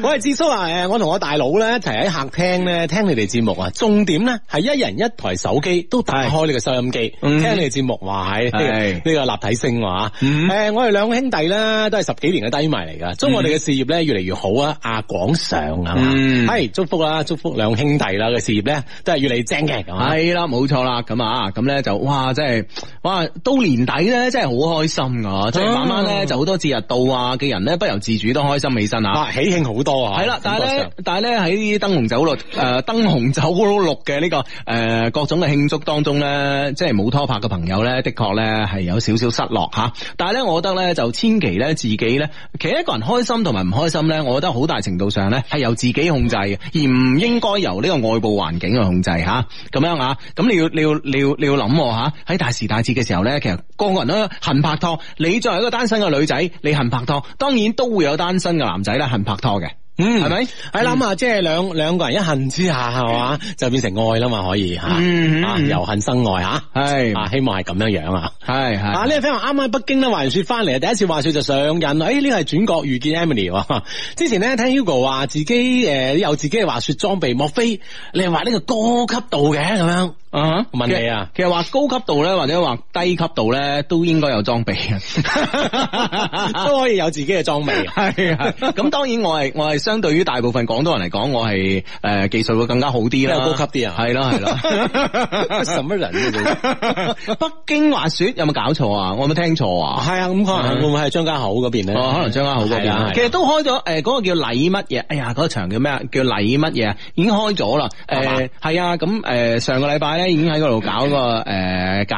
我係智叔啊！誒，我同我大佬咧一齊喺客廳咧聽你哋節目啊，重點咧係一人一台手機都打開呢個收音機，嗯聽你哋節目話係係呢個呢個立體聲話。嗯誒，我哋兩個兄弟咧都係十幾年嘅低迷嚟噶，祝我哋嘅事業咧越嚟越好啊！阿廣上係嘛，嗯係祝福啦，祝福兩兄弟啦嘅事業咧都係越嚟越正嘅，係嘛系啦，冇錯啦，咁啊，咁咧就哇，真係哇，到年底咧，真係好開心啊！即係慢慢咧，就好多節日到啊嘅人咧，不由自主都開心起身啊！啊，喜慶好多啊！係啦，但係感覺咧上，，但係咧喺燈紅酒綠诶燈紅酒綠嘅呢、個个呃各種嘅慶祝當中咧，即係冇拖拍嘅朋友咧，的確咧係有少少失落吓。但係咧，我覺得咧就千祈咧自己咧，其實一個人開心同埋唔開心咧，我覺得好大程度上咧係由自己控制嘅，而唔應該由呢個外部環境去控制吓。咁樣啊，咁你要你要你要你要諗喎吓，喺大時大節嘅時候咧，其實個個人都恨拍拖。你作為一個單身嘅女仔，你恨拍拖，當然都會有單身嘅男仔咧恨拍拖嘅。嗯，係咪 (laughs) 係啦，咁啊，即係兩兩個人一恨之下，係嘛，就變成愛啦嘛，可以吓，嗯嗯嗯啊，嗯由恨生愛吓，係啊，希望係咁樣樣啊。係啊！係呢個 friend 話啱啱喺北京咧滑完雪翻嚟，第一次滑雪就上癮啦。誒呢個係轉角遇見 Emily 喎。 (laughs) 之前咧聽 Hugo 話自己誒、有自己嘅滑雪裝備，莫非你係滑呢個高級度嘅咁 (laughs) 樣？啊！問你啊其實其實話高級度咧，或者話低級度咧，都應該有裝備 (laughs) 嘅。都可以有自己嘅裝備。係啊，咁當然我係我係相對於大部分廣東人嚟講，我係誒、呃技術會更加好啲啦，比較高級啲啊係啦係 (laughs) (laughs) 什麼人啊呢你？啦，北京滑雪有冇搞錯啊？我有冇聽錯啊？ (laughs) 係啊，咁可能會唔會係張家口嗰邊咧？哦，可能張家口嗰邊係啊啊，其實都開咗誒嗰個叫禮乜嘢？哎呀，嗰、個場叫咩啊？叫禮乜嘢啊？已經開咗啦。係嘛誒係啊，咁誒、呃上個禮拜咧已經喺嗰度搞個誒、(laughs) 呃搞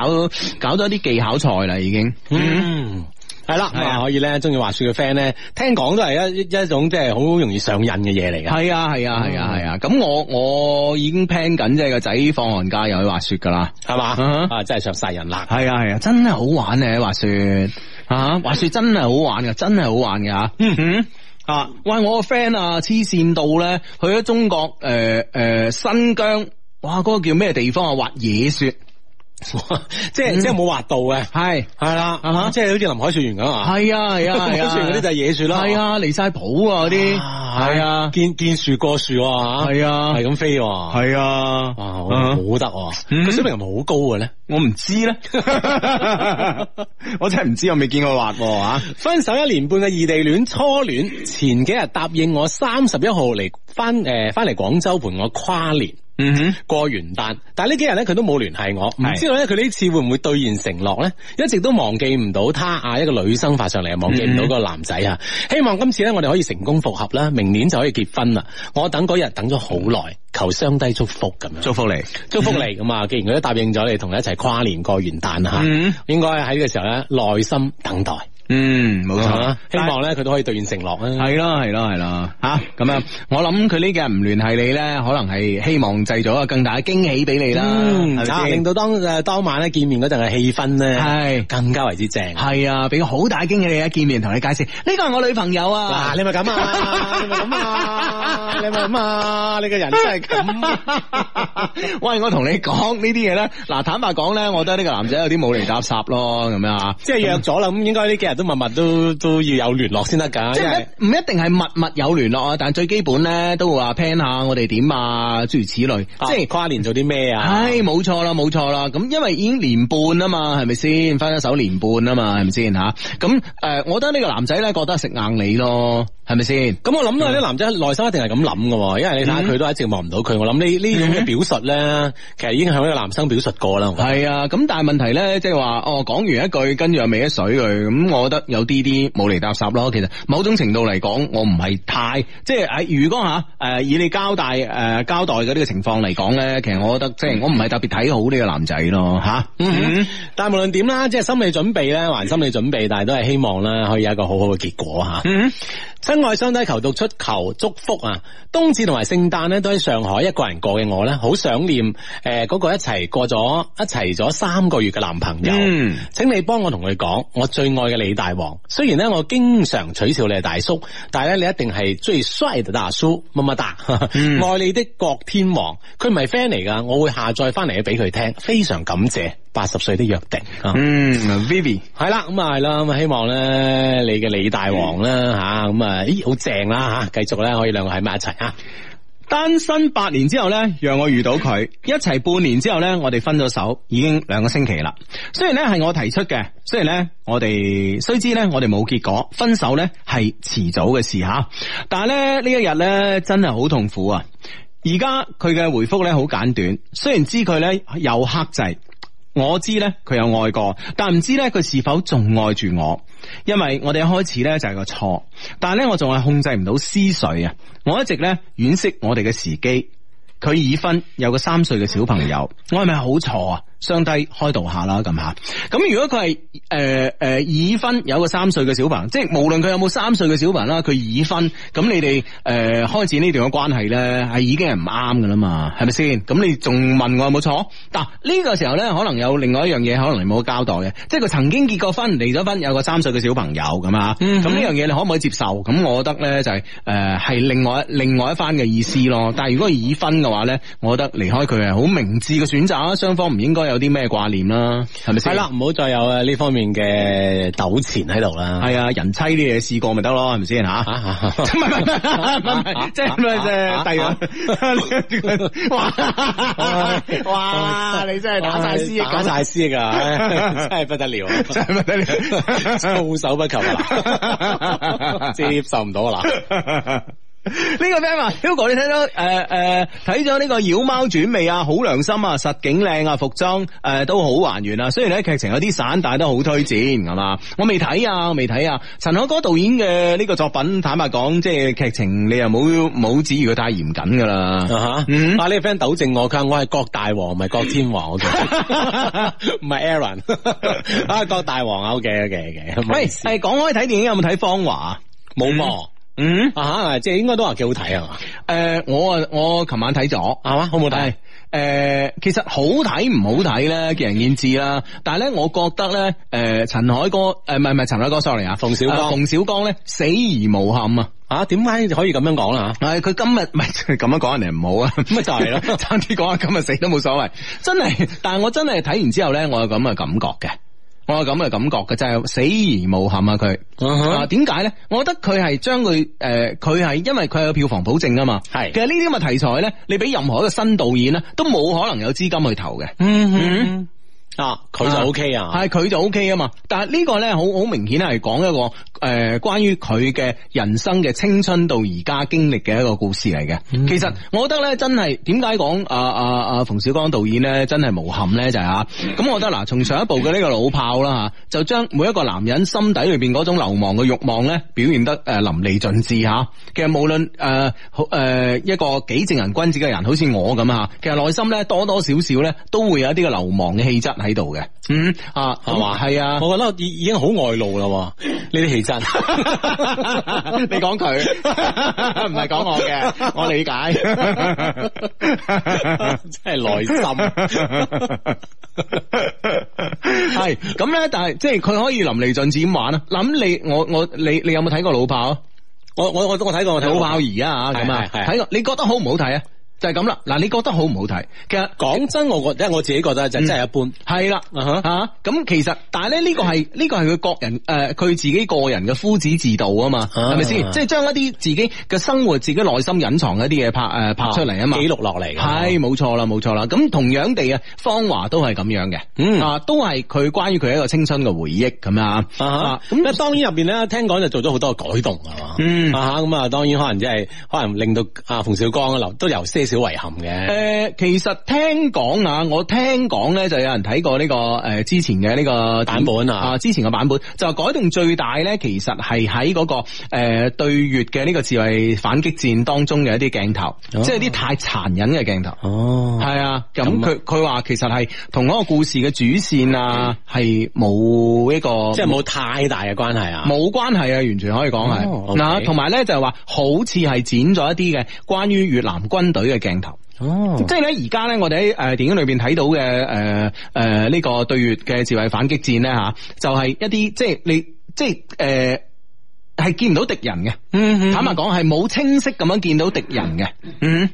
搞咗啲技巧賽啦，已經。嗯，系啦，咁係啊啊可以咧，中意滑雪嘅 friend 咧，聽講都係一一一種即係好容易上癮嘅嘢嚟嘅。係啊係啊哦係啊係啊！咁、我我已經 plan 緊即係個仔放寒假又去滑雪㗎啦。係嘛嗯啊，真係上晒人啦！ (laughs) 係啊係啊，真係好玩啊！滑雪啊，滑雪真係好玩㗎，真係好玩㗎吓。嗯嗯。啊！喂，我個 friend 啊，黐線到咧，去咗呃中國誒誒、呃新疆，哇！嗰、個叫咩地方啊？滑野雪。即嗯係即係冇滑道嘅，係係啦啊哈，即係好似林海雪原咁啊，係啊係啊係林海啊，雪原嗰啲就係野樹啦，係啊離晒譜啊嗰啲，啊，係啊見見樹過樹啊，係啊係咁飛喎，係啊哇，啊好好得喎，嗯個水平係咪好高嘅咧？我唔知 (laughs) 咧，我真係唔知，我未見過畫喎啊吓。分手一年半嘅異地戀初戀，前幾日答應我三十一號嚟翻誒翻嚟廣州陪我跨年。嗯哼，過元旦，但係呢幾日咧佢都冇聯繫我，唔係知道咧佢呢次會唔會兌現承諾咧？一直都忘記唔到他啊，一個女生發上嚟，忘記唔到個男仔嗯啊！希望今次咧我哋可以成功復合啦，明年就可以結婚啦！我等嗰日等咗好耐，求雙低祝福咁樣，祝福你。祝福你咁啊！既然佢都答應咗你同你一齊跨年過元旦吓，嗯應該喺呢個時候咧耐心等待，嗯，冇錯啊。希望咧佢都可以兌現承諾啊！系咯系咯系咯吓咁啊！我諗佢呢幾日唔聯繫你咧，可能係希望製造一個更大嘅驚喜俾你啦，嗯係咪啊先令到當誒當晚咧見面嗰陣嘅氣氛咧，係更加為之正。係啊，俾個好大驚喜你一見面同你解釋，呢個係我女朋友啊！嗱，你咪咁啊，你咪咁啊，你咪咁啊，你個人真係咁。啊 (laughs) 喂，我同你講呢啲嘢咧，嗱，坦白講咧，我覺得呢個男仔有啲冇嚟搭霎咯，咁樣啊。即係約咗啦，咁應該呢幾日都密密都都要有聯絡先得㗎，即因係為唔一定係密密有聯絡啊，但係最基本咧都會話 plan 下我哋點啊，諸如此類。即即係係跨年做啲咩啊？唉，冇錯啦，冇錯啦。咁因為已經年半啊嘛，係咪先？分咗手年半啊嘛，係咪先吓？咁诶，誒我覺得呢個男仔咧覺得食硬你咯，係咪先？咁我諗到啲男仔內心一定係咁諗㗎喎，因為你睇下佢都一直望唔到佢。我諗 (laughs) 呢呢種嘅表述咧，其實已經向呢個男生表述過啦。我覺得係啊，咁但係問題咧，即係話哦，講完一句，跟住又未一水佢，咁我覺得有啲啲冇厘搭霎咯。其實某種程度嚟講，我唔係太即係誒，如果吓誒、呃以你交代誒、交代嘅呢個情況嚟講咧，其實我覺得即係我唔係特別睇好呢個男仔咯吓。嗯，但係無論點啦，即係心理準備咧，還心理準備，但係都係希望啦，可以有一個好好嘅結果吓。嗯，親愛相低求讀出求祝福啊！冬至同埋聖誕咧都喺上海一個人過嘅我咧，好想念誒嗰、個一齊過咗一齊咗三個月嘅男朋友。嗯請你幫我同佢講，我最愛嘅李大王。雖然咧我經常取笑你係大叔，但係咧你一定係最帥嘅大叔，麼麼噠。 (laughs) 嗯愛你的郭天王，佢唔係 friend 嚟㗎，我會下載翻嚟俾佢聽，非常感謝八十歲的約定啊！嗯，Vivi，系啦，咁啊系啦，咁啊希望咧你嘅李大王嗯啦吓，咁啊咦好正啦吓，繼續咧可以兩個喺埋一齊啊，單身八年之後呢，讓我遇到佢，一齊半年之後呢，我哋分咗手，已經兩個星期啦。雖然呢係我提出嘅，雖然呢我哋雖知呢我哋冇結果，分手呢係遲早嘅事吓，但係呢，呢一日呢真係好痛苦啊！而家佢嘅回覆呢好簡短，雖然知佢呢有克制。我知咧佢有愛過，但唔知咧佢是否仲愛住我，因為我哋一開始咧就係個錯，但係咧我仲係控制唔到思緒啊！我一直咧惋惜我哋嘅時機。佢已婚，有個三歲嘅小朋友，我係咪好錯啊？相低開導下啦，咁吓。咁如果佢係誒誒已婚，有個三歲嘅小朋友，即係無論佢有冇三歲嘅小朋友啦，佢已婚，咁你哋誒、呃、開展呢段嘅關係咧，係已經係唔啱噶啦嘛，係咪先？咁你仲問我有冇錯？嗱，呢個時候咧，可能有另外一樣嘢，可能你冇交代嘅，即係佢曾經結過婚，離咗婚，有個三歲嘅小朋友咁啊。嗯咁呢樣嘢你可唔可以接受？咁我覺得咧就係誒係另外另外一番嘅意思咯。但係如果已婚嘅話咧，我覺得離開佢係好明智嘅選擇，雙方唔應該有啲咩掛念啦，嗯係咪係先？啦，唔好再有啊呢方面嘅糾纏喺度啦，係啊，人妻啲嘢試過咪得咯，係咪 (laughs) 先吓？啊啊唔係唔係唔係唔係，即係咩啫？第二個， (laughs) 哇哇！你真係哦打 (laughs) 晒師詩打晒師㗎，唉真 (laughs) 係不得了， (laughs) 真係不得了。措手不 (laughs) 及 (laughs) 啊，接受唔到啊嗱。呢個 friend 話，Hugo 你睇到誒誒睇咗呢個《妖貓傳》未啊？好良心啊，實景靚啊，服裝誒、呃都好還原啊。雖然咧劇情有啲散，但係都好推薦，係嘛？我未睇啊，我未睇啊。陳可歌導演嘅呢個作品，坦白講，即係劇情你又冇冇指意佢太嚴謹㗎啦。啊哈！嗯啊呢個 friend 糾正我，佢話我係郭大王，唔係郭天王，OK，唔係 Aaron，啊郭大王啊，OK OK OK，喂，係講開睇電影有冇睇《芳華》？冇喎，嗯，啊吓，即係應該都話幾好睇啊嘛，诶、我啊，我琴晚睇咗。係嘛，好冇睇系？诶、其實好睇唔好睇咧，見仁見智啦。但係咧，我覺得咧，诶、陳凱歌，诶、唔係唔係陳凱歌，sorry 啊，馮小剛呃馮小剛咧死而無憾啊！啊？點解可以咁樣講啦？系佢今日 (laughs) 唔系咁樣講人哋唔好啊，咁咪就係咯差啲講啊下今日死都冇所謂。真係，但係我真係睇完之後咧，我有咁嘅感覺嘅，我有咁嘅感覺嘅，就係死而無憾啊！佢嗯哼啊，點解咧？我覺得佢係將佢诶，佢、係因為佢有票房保證啊嘛。係其實呢啲咁嘅題材咧，你俾任何一個新導演咧，都冇可能有資金去投嘅。嗯哼，啊，佢就 O K 啊，系佢就 O K 啊嘛。但系呢個咧，好好明顯係講一個诶、呃，关于佢嘅人生嘅青春到而家經歷嘅一個故事嚟嘅。其實我覺得咧，真係點解講啊啊啊冯小剛導演咧，真係無憾咧就係啊。咁我覺得嗱，從上一部嘅呢個老炮啦吓，就將每一個男人心底裏边嗰種流亡嘅慾望咧，表現得诶淋漓盡致吓。其實無論诶呃好诶一個幾正人君子嘅人，好似我咁啊，其實內心咧多多少少咧都會有一啲嘅流亡嘅氣質喺度嘅。嗯啊，係嘛系啊。我覺得已已經好外露啦喎，呢啲氣 (laughs) 質。 (laughs) 你講佢， (laughs) 唔係講我嘅，我理解。真係內心。系咁咧，但係即係佢可以淋漓盡致咁玩啊！諗你我我你你有冇睇過老炮啊？我我我我睇過，我睇過老炮兒啊咁啊係，係係睇過你覺得好唔好睇啊？就係咁啦，嗱，你覺得好唔好睇？其實 (laughs) 講真，我覺得我自己覺得就真係一般。係啦，啊哈啊咁其實，但係咧呢個係呢個係佢個人诶，呃佢、自己個人嘅夫子自道啊嘛，啊係咪先？即係將一啲自己嘅生活、自己內心隱藏嘅一啲嘢拍诶、呃拍出嚟啊嘛。記錄落嚟嘅。系冇錯啦，冇錯啦。咁同樣地啊，芳華都係咁樣嘅，嗯啊，都係佢關於佢一個青春嘅回憶咁啊。啊啊咁咧當然入邊咧，聽講就做咗好多改動係嘛，嗯啊哈咁啊，當然可能即係可能令到阿馮小剛留都有些少遺憾嘅，诶、其實聽講啊，我聽講咧就有人睇過呢、個个呃之前嘅呢個版本啊之前嘅版本就改動最大咧，其實係喺嗰個诶、呃、對越嘅呢個自衛反擊戰當中嘅一啲鏡頭，即係啲太殘忍嘅鏡頭。哦系啊，咁咁啊佢佢话其實係同嗰個故事嘅主線啊，係冇一個嗯即係冇太大嘅關係啊，冇關係啊，完全可以講係哦，OK 嗱，同埋咧就係話好似係剪咗一啲嘅關於越南軍隊嘅鏡頭。哦即係咧，而家咧，我哋喺诶電影裏边睇到嘅诶诶呢個對越嘅自衛反擊戰咧吓，就係一啲即係你即係诶係見唔到敵人嘅，嗯坦白講係冇清晰咁樣見到敵人嘅，嗯，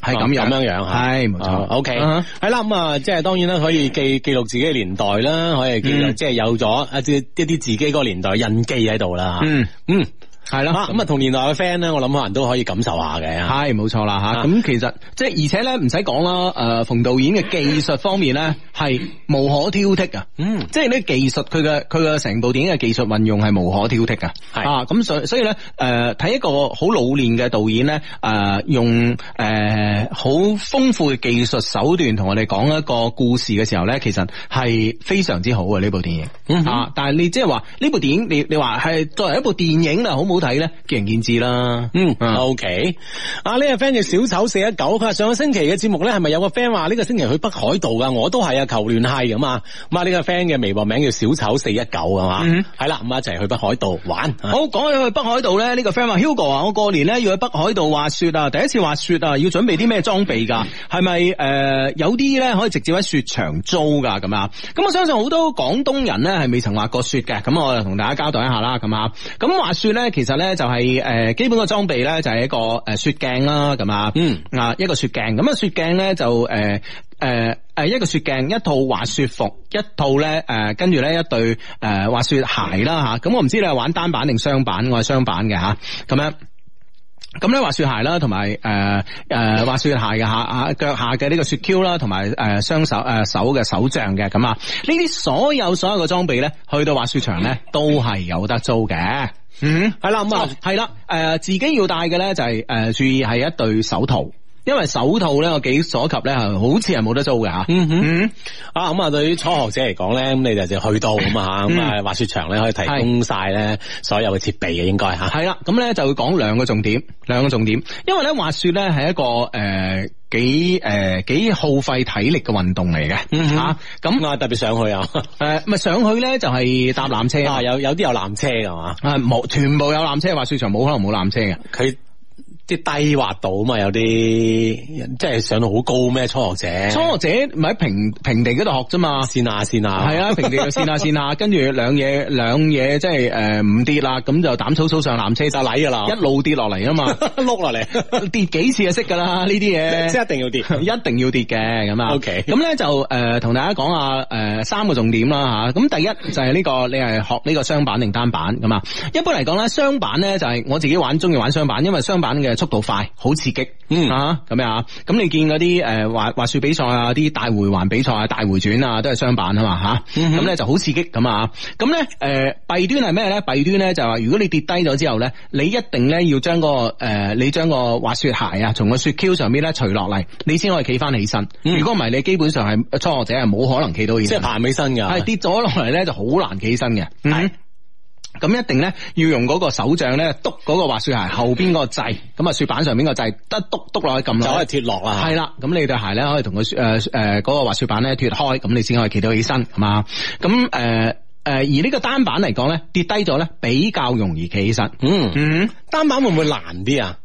係咁樣啊咁樣樣嚇係冇錯哦，OK，啊係啦，咁啊，即係當然啦，可以記記錄自己嘅年代啦，可以記錄嗯即係有咗一啲一啲自己嗰個年代印記喺度啦，嗯嗯，係啦，啊咁啊，同年代嘅 friend 咧，我諗可能都可以感受下嘅，系冇錯啦啊吓，咁其實即係而且咧唔使講啦，诶、馮導演嘅技術方面咧係無可挑剔啊，嗯即係呢技術佢嘅佢嘅成部電影嘅技術運用係無可挑剔噶，係啊咁所以所以咧诶睇一個好老練嘅導演咧诶、呃用诶好豐富嘅技術手段同我哋講一個故事嘅時候咧，其實係非常之好嘅呢部電影、嗯哼啊，但係你即係話呢部電影你你話係作為一部電影啦，啊好唔好睇咧？見仁見智啦，嗯啊，OK。啊，呢個 friend 叫小丑四一九，佢話上個星期嘅節目咧，係咪有個 friend 話呢個星期去北海道噶？我都係啊，求聯繫咁啊。咁啊，呢個 friend 嘅微博名叫小丑四一九係嘛？嗯係啦，咁啊一齊去北海道玩。啊 (laughs) 好，講起去北海道咧，呢、個 friend 話 Hugo 啊，我過年咧要去北海道滑雪啊，第一次滑雪啊，要準備啲咩裝備㗎？係咪诶有啲咧可以直接喺雪場租㗎？咁啊？咁我相信好多廣東人咧係未曾滑過雪嘅，咁我就同大家交代一下啦，咁啊，咁滑雪咧其實咧就係呃基本嘅裝備咧就係一個诶雪鏡啦，咁啊，嗯啊一個雪鏡，咁啊雪鏡咧就诶。诶诶，一個雪鏡，一套滑雪服，一套咧诶，跟住咧一對诶、呃滑雪鞋啦吓，咁、我唔知你係玩單板定雙板，我係雙板嘅吓，咁、樣。咁咧滑雪鞋啦，同埋誒誒滑雪鞋嘅下下腳下嘅呢個雪橇啦，同埋誒雙手誒、呃手嘅手杖嘅咁啊，呢啲所有所有嘅裝備咧，去到滑雪場咧都係有得租嘅。嗯，係啦咁啊哦係啦，誒、自己要戴嘅咧就係、呃注意係一對手套，因為手套咧我幾所及咧係好似係冇得租嘅嚇。嗯哼嗯啊，咁啊，對於初學者嚟講咧，咁你就就去到咁啊，嗯咁啊，滑雪場咧可以提供晒咧所有嘅設備嘅，應該吓。系啦，咁咧就會講兩個重點，兩個重點，因為咧滑雪咧係一個诶。呃幾诶、呃幾耗費體力嘅運動嚟嘅嗯哼吓。咁咁啊特別上 (laughs) 去啊，诶呃咪上去咧就係搭纜車啊有有啲有纜車㗎嘛，啊冇全部有纜車，滑雪場冇可能冇纜車嘅。佢啲低滑度啊嘛，有啲即係上到好高咩？初學者初學者咪喺平平地嗰度學啫嘛。先啊先啊，係 (laughs) 啊，平地就跣下跣下，跟住兩嘢兩嘢即係诶唔跌啦，咁就膽粗粗上纜車就禮㗎啦，一路跌落嚟啊嘛， (laughs) 碌落嚟， (laughs) 跌幾次就識噶啦呢啲嘢 (laughs) 即。係一定要 (laughs) 跌。一定要跌嘅咁啊。 OK 咁咧就诶同、大家講下诶、呃三個重點啦吓。咁、第一就係呢、個你係學呢個雙板定單板咁啊。一般嚟講咧，雙板咧就係我自己玩，中意玩雙板，因為雙板嘅速度快，好刺激。嗯啊咁樣啊。咁你見嗰啲诶滑滑雪比賽啊，啲大回環比賽啊、大回轉啊，都係雙板啊嘛吓。嗯咁咧、就好刺激咁啊。咁咧诶弊端係咩咧？弊端咧就係話，如果你跌低咗之後咧，你一定咧要將嗰、個个呃你將個滑雪鞋啊，從個雪橇上邊咧除落嚟，你先可以企翻起身。如果唔係，你基本上係初學者係冇可能企到起嗯即係身。爬嗯起身㗎，啊係跌咗落嚟咧，就好難企起身嘅。係咁一定咧要用嗰個手掌咧篤嗰個滑雪鞋後邊嗰個掣，咁啊雪板上邊個掣，得篤篤落去撳就落可以去。脱落啦。系啦，咁你對鞋咧可以同個诶诶嗰個滑雪板咧脱開，咁你先可以企到起身，係嘛？咁诶诶，呃而呢個單板嚟講咧，跌低咗咧比較容易企起身。嗯，嗯。單板會唔會難啲啊？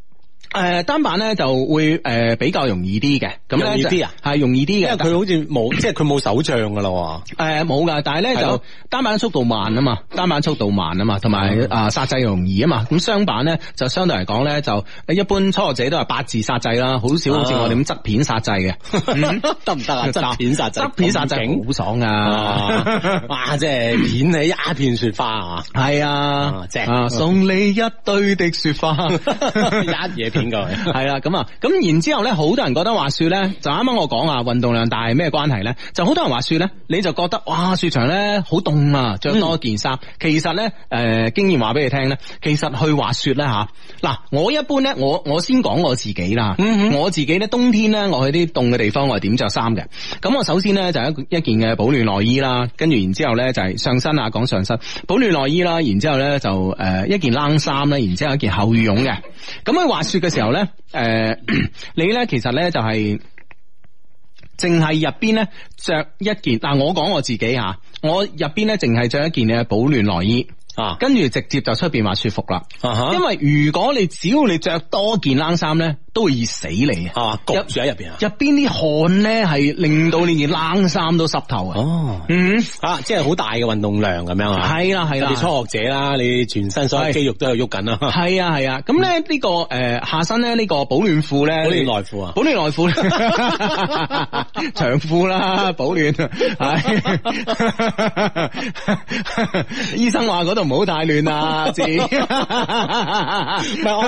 诶、呃單板咧就會诶、誒比較容易啲嘅，咁咧容易啲啊，系容易啲因為嘅。佢好似冇，即係佢冇手杖㗎啦喎。诶冇噶，但係咧係就咯單板速度慢啊嘛，單板速度慢啊嘛，同埋啊刹掣容易啊嘛。咁雙板咧就相對嚟講咧就呃一般初學者都係八字刹掣啦，好少好似啊我哋咁側片刹掣嘅。 (laughs) 嗯得唔得啊？側片殺制，側片刹咁掣勁好爽啊！啊！哇！即係片起一片雪花啊！係啊啊，正啊送你一堆的雪花。一嘢片過 (laughs) 去。系啦，咁啊，咁然之後咧，好多人覺得滑雪咧，就啱啱我講啊，運動量大係咩關係咧？就好多人滑雪咧，你就覺得哇，雪場咧好凍啊，着多件衫。其實咧，诶、經驗話俾你聽咧，其實去滑雪咧吓，嗱，我一般咧，我我先講我自己啦，我自己咧冬天咧，我去啲凍嘅地方，我係點着衫嘅？咁我首先咧就係一一件嘅保暖內衣啦，跟住然之後咧就係上身啊，講上身保暖內衣啦，然之後咧就诶、誒一件冷衫啦，然之後一件厚羽絨嘅。咁喺滑雪嘅時候咧，诶、你咧其實咧就係淨係入邊咧着一件，嗱、我講我自己吓，我入邊咧淨係着一件嘅保暖內衣，啊跟住直接就出邊滑雪服啦。啊哈因為如果你只要你着多件冷衫咧，都會熱死你啊！啊，焗住喺入邊啊！入邊啲汗咧係令到你件冷衫都濕透啊！哦，嗯，啊，即係好大嘅運動量咁樣啊！係啦係啦你。初學者啦，你全身所有係肌肉都喺度喐緊啦。系啊系啊，咁咧呢個诶下身咧呢個保暖褲咧，保暖內褲啊保暖內 (laughs) 褲咧，長褲啦，保暖係。 (laughs) 醫生話嗰度唔好太暖啊，字唔係我，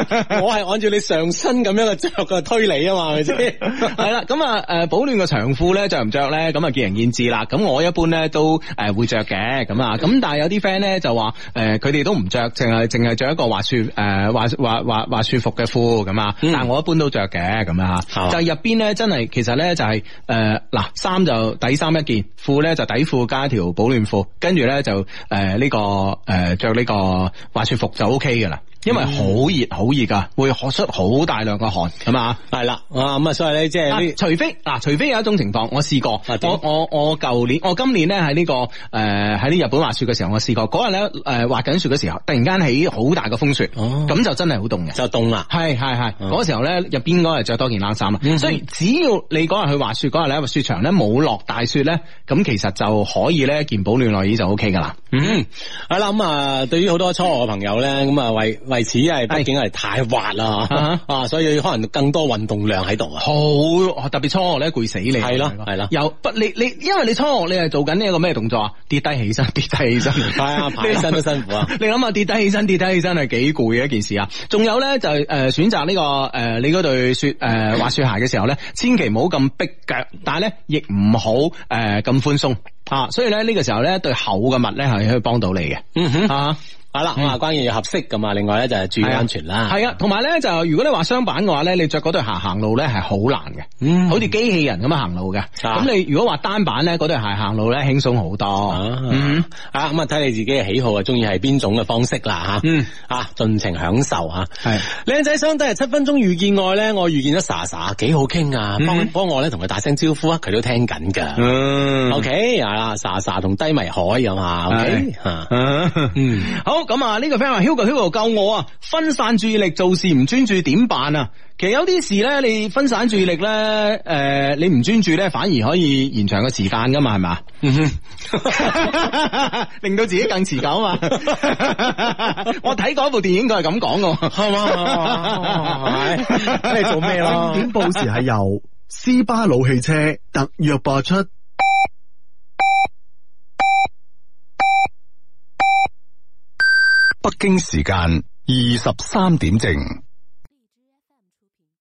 我係按照你上身咁樣嘅着嘅推理啊嘛，係咪先？ (laughs) 係啦，咁啊诶保暖嘅長褲咧着唔着咧，咁啊見仁見智啦。咁我一般咧都诶會着嘅，咁啊咁但係有啲 friend 咧就話诶佢哋都唔着，淨係淨係着一個滑雪诶滑滑滑滑雪服嘅褲咁啊。嗯但係我一般都着嘅咁啊啊，就入邊咧真係其實咧就係诶嗱衫就底衫一件，褲咧就底褲加條保暖褲，跟住咧就诶呢個诶着呢個滑雪服就 O K 噶啦。因為好熱好熱噶，會出好大量嘅汗，咁啊，係啦，啊咁啊，所以咧即係啊呢。除非嗱、除非有一種情況，我試過，啊點我我我舊年，我今年咧喺呢個誒喺呢日本滑雪嘅時候，我試過嗰日咧誒滑緊雪嘅時候，突然間起好大嘅風雪，哦咁、就真係好凍嘅。就凍啦，嗯係係係，嗰時候咧入邊嗰日着多件冷衫啦，啊所以只要你嗰日去滑雪嗰日咧，雪場咧冇落大雪咧，咁其實就可以咧件保暖內衣就 O K 噶啦。嗯，系啦，咁啊，對於好多初學嘅朋友咧，咁啊為為此係畢竟係太滑啦啊，啊，所以可能更多運動量喺度 (laughs) 啊。好特別初學咧攰死你，係我咯同你講係咯又不你你，因為你初學你係做緊呢一個咩動作啊？跌低起身， (laughs) 跌低起身，係啊爬起身都辛苦啊！你諗下跌低起身，跌低起身係幾攰嘅一件事啊！仲有咧就係誒選擇呢個誒你嗰對雪 (laughs) 誒滑雪鞋嘅時候咧，千祈唔好咁逼腳，但係咧亦唔好呃誒咁寬鬆啊！所以咧呢個時候咧對厚嘅襪咧係可以幫到你嘅。 (laughs) (laughs) 嗯哼，啊，係啦，咁啊，關鍵要合適咁啊，另外咧就係注意安全啦。系啊，同埋咧就如果你話雙板嘅話咧，你着嗰對鞋行路咧係好難嘅，嗯，好似機器人咁樣行路嘅。咁你如果話單板咧，嗰對鞋行路咧輕鬆好啊多。嗯，啊咁啊，睇你自己嘅喜好啊，中意係邊種嘅方式啦吓，嗯啊，盡情享受吓。係靚仔相低係七分鐘遇見愛咧，我遇見咗莎莎，幾好傾啊！幫嗯幫我咧同佢打聲招呼啊，佢都聽緊噶。嗯 O K 啊，莎莎同低迷海咁啊，O K 係啊，嗯，好咁啊！呢個 friend 話 Hugo Hugo 救我啊！分散注意力做事唔專注點辦啊？其實有啲事咧，你分散注意力咧，誒、你唔專注咧，反而可以延長個時間噶嘛，係嘛？ (laughs) 令到自己更持久啊嘛！我睇過一部電影，佢係咁講噶。係嘛，係睇你做咩咯？經典報時係由斯巴魯汽車特約播出。北京時間二十三點正。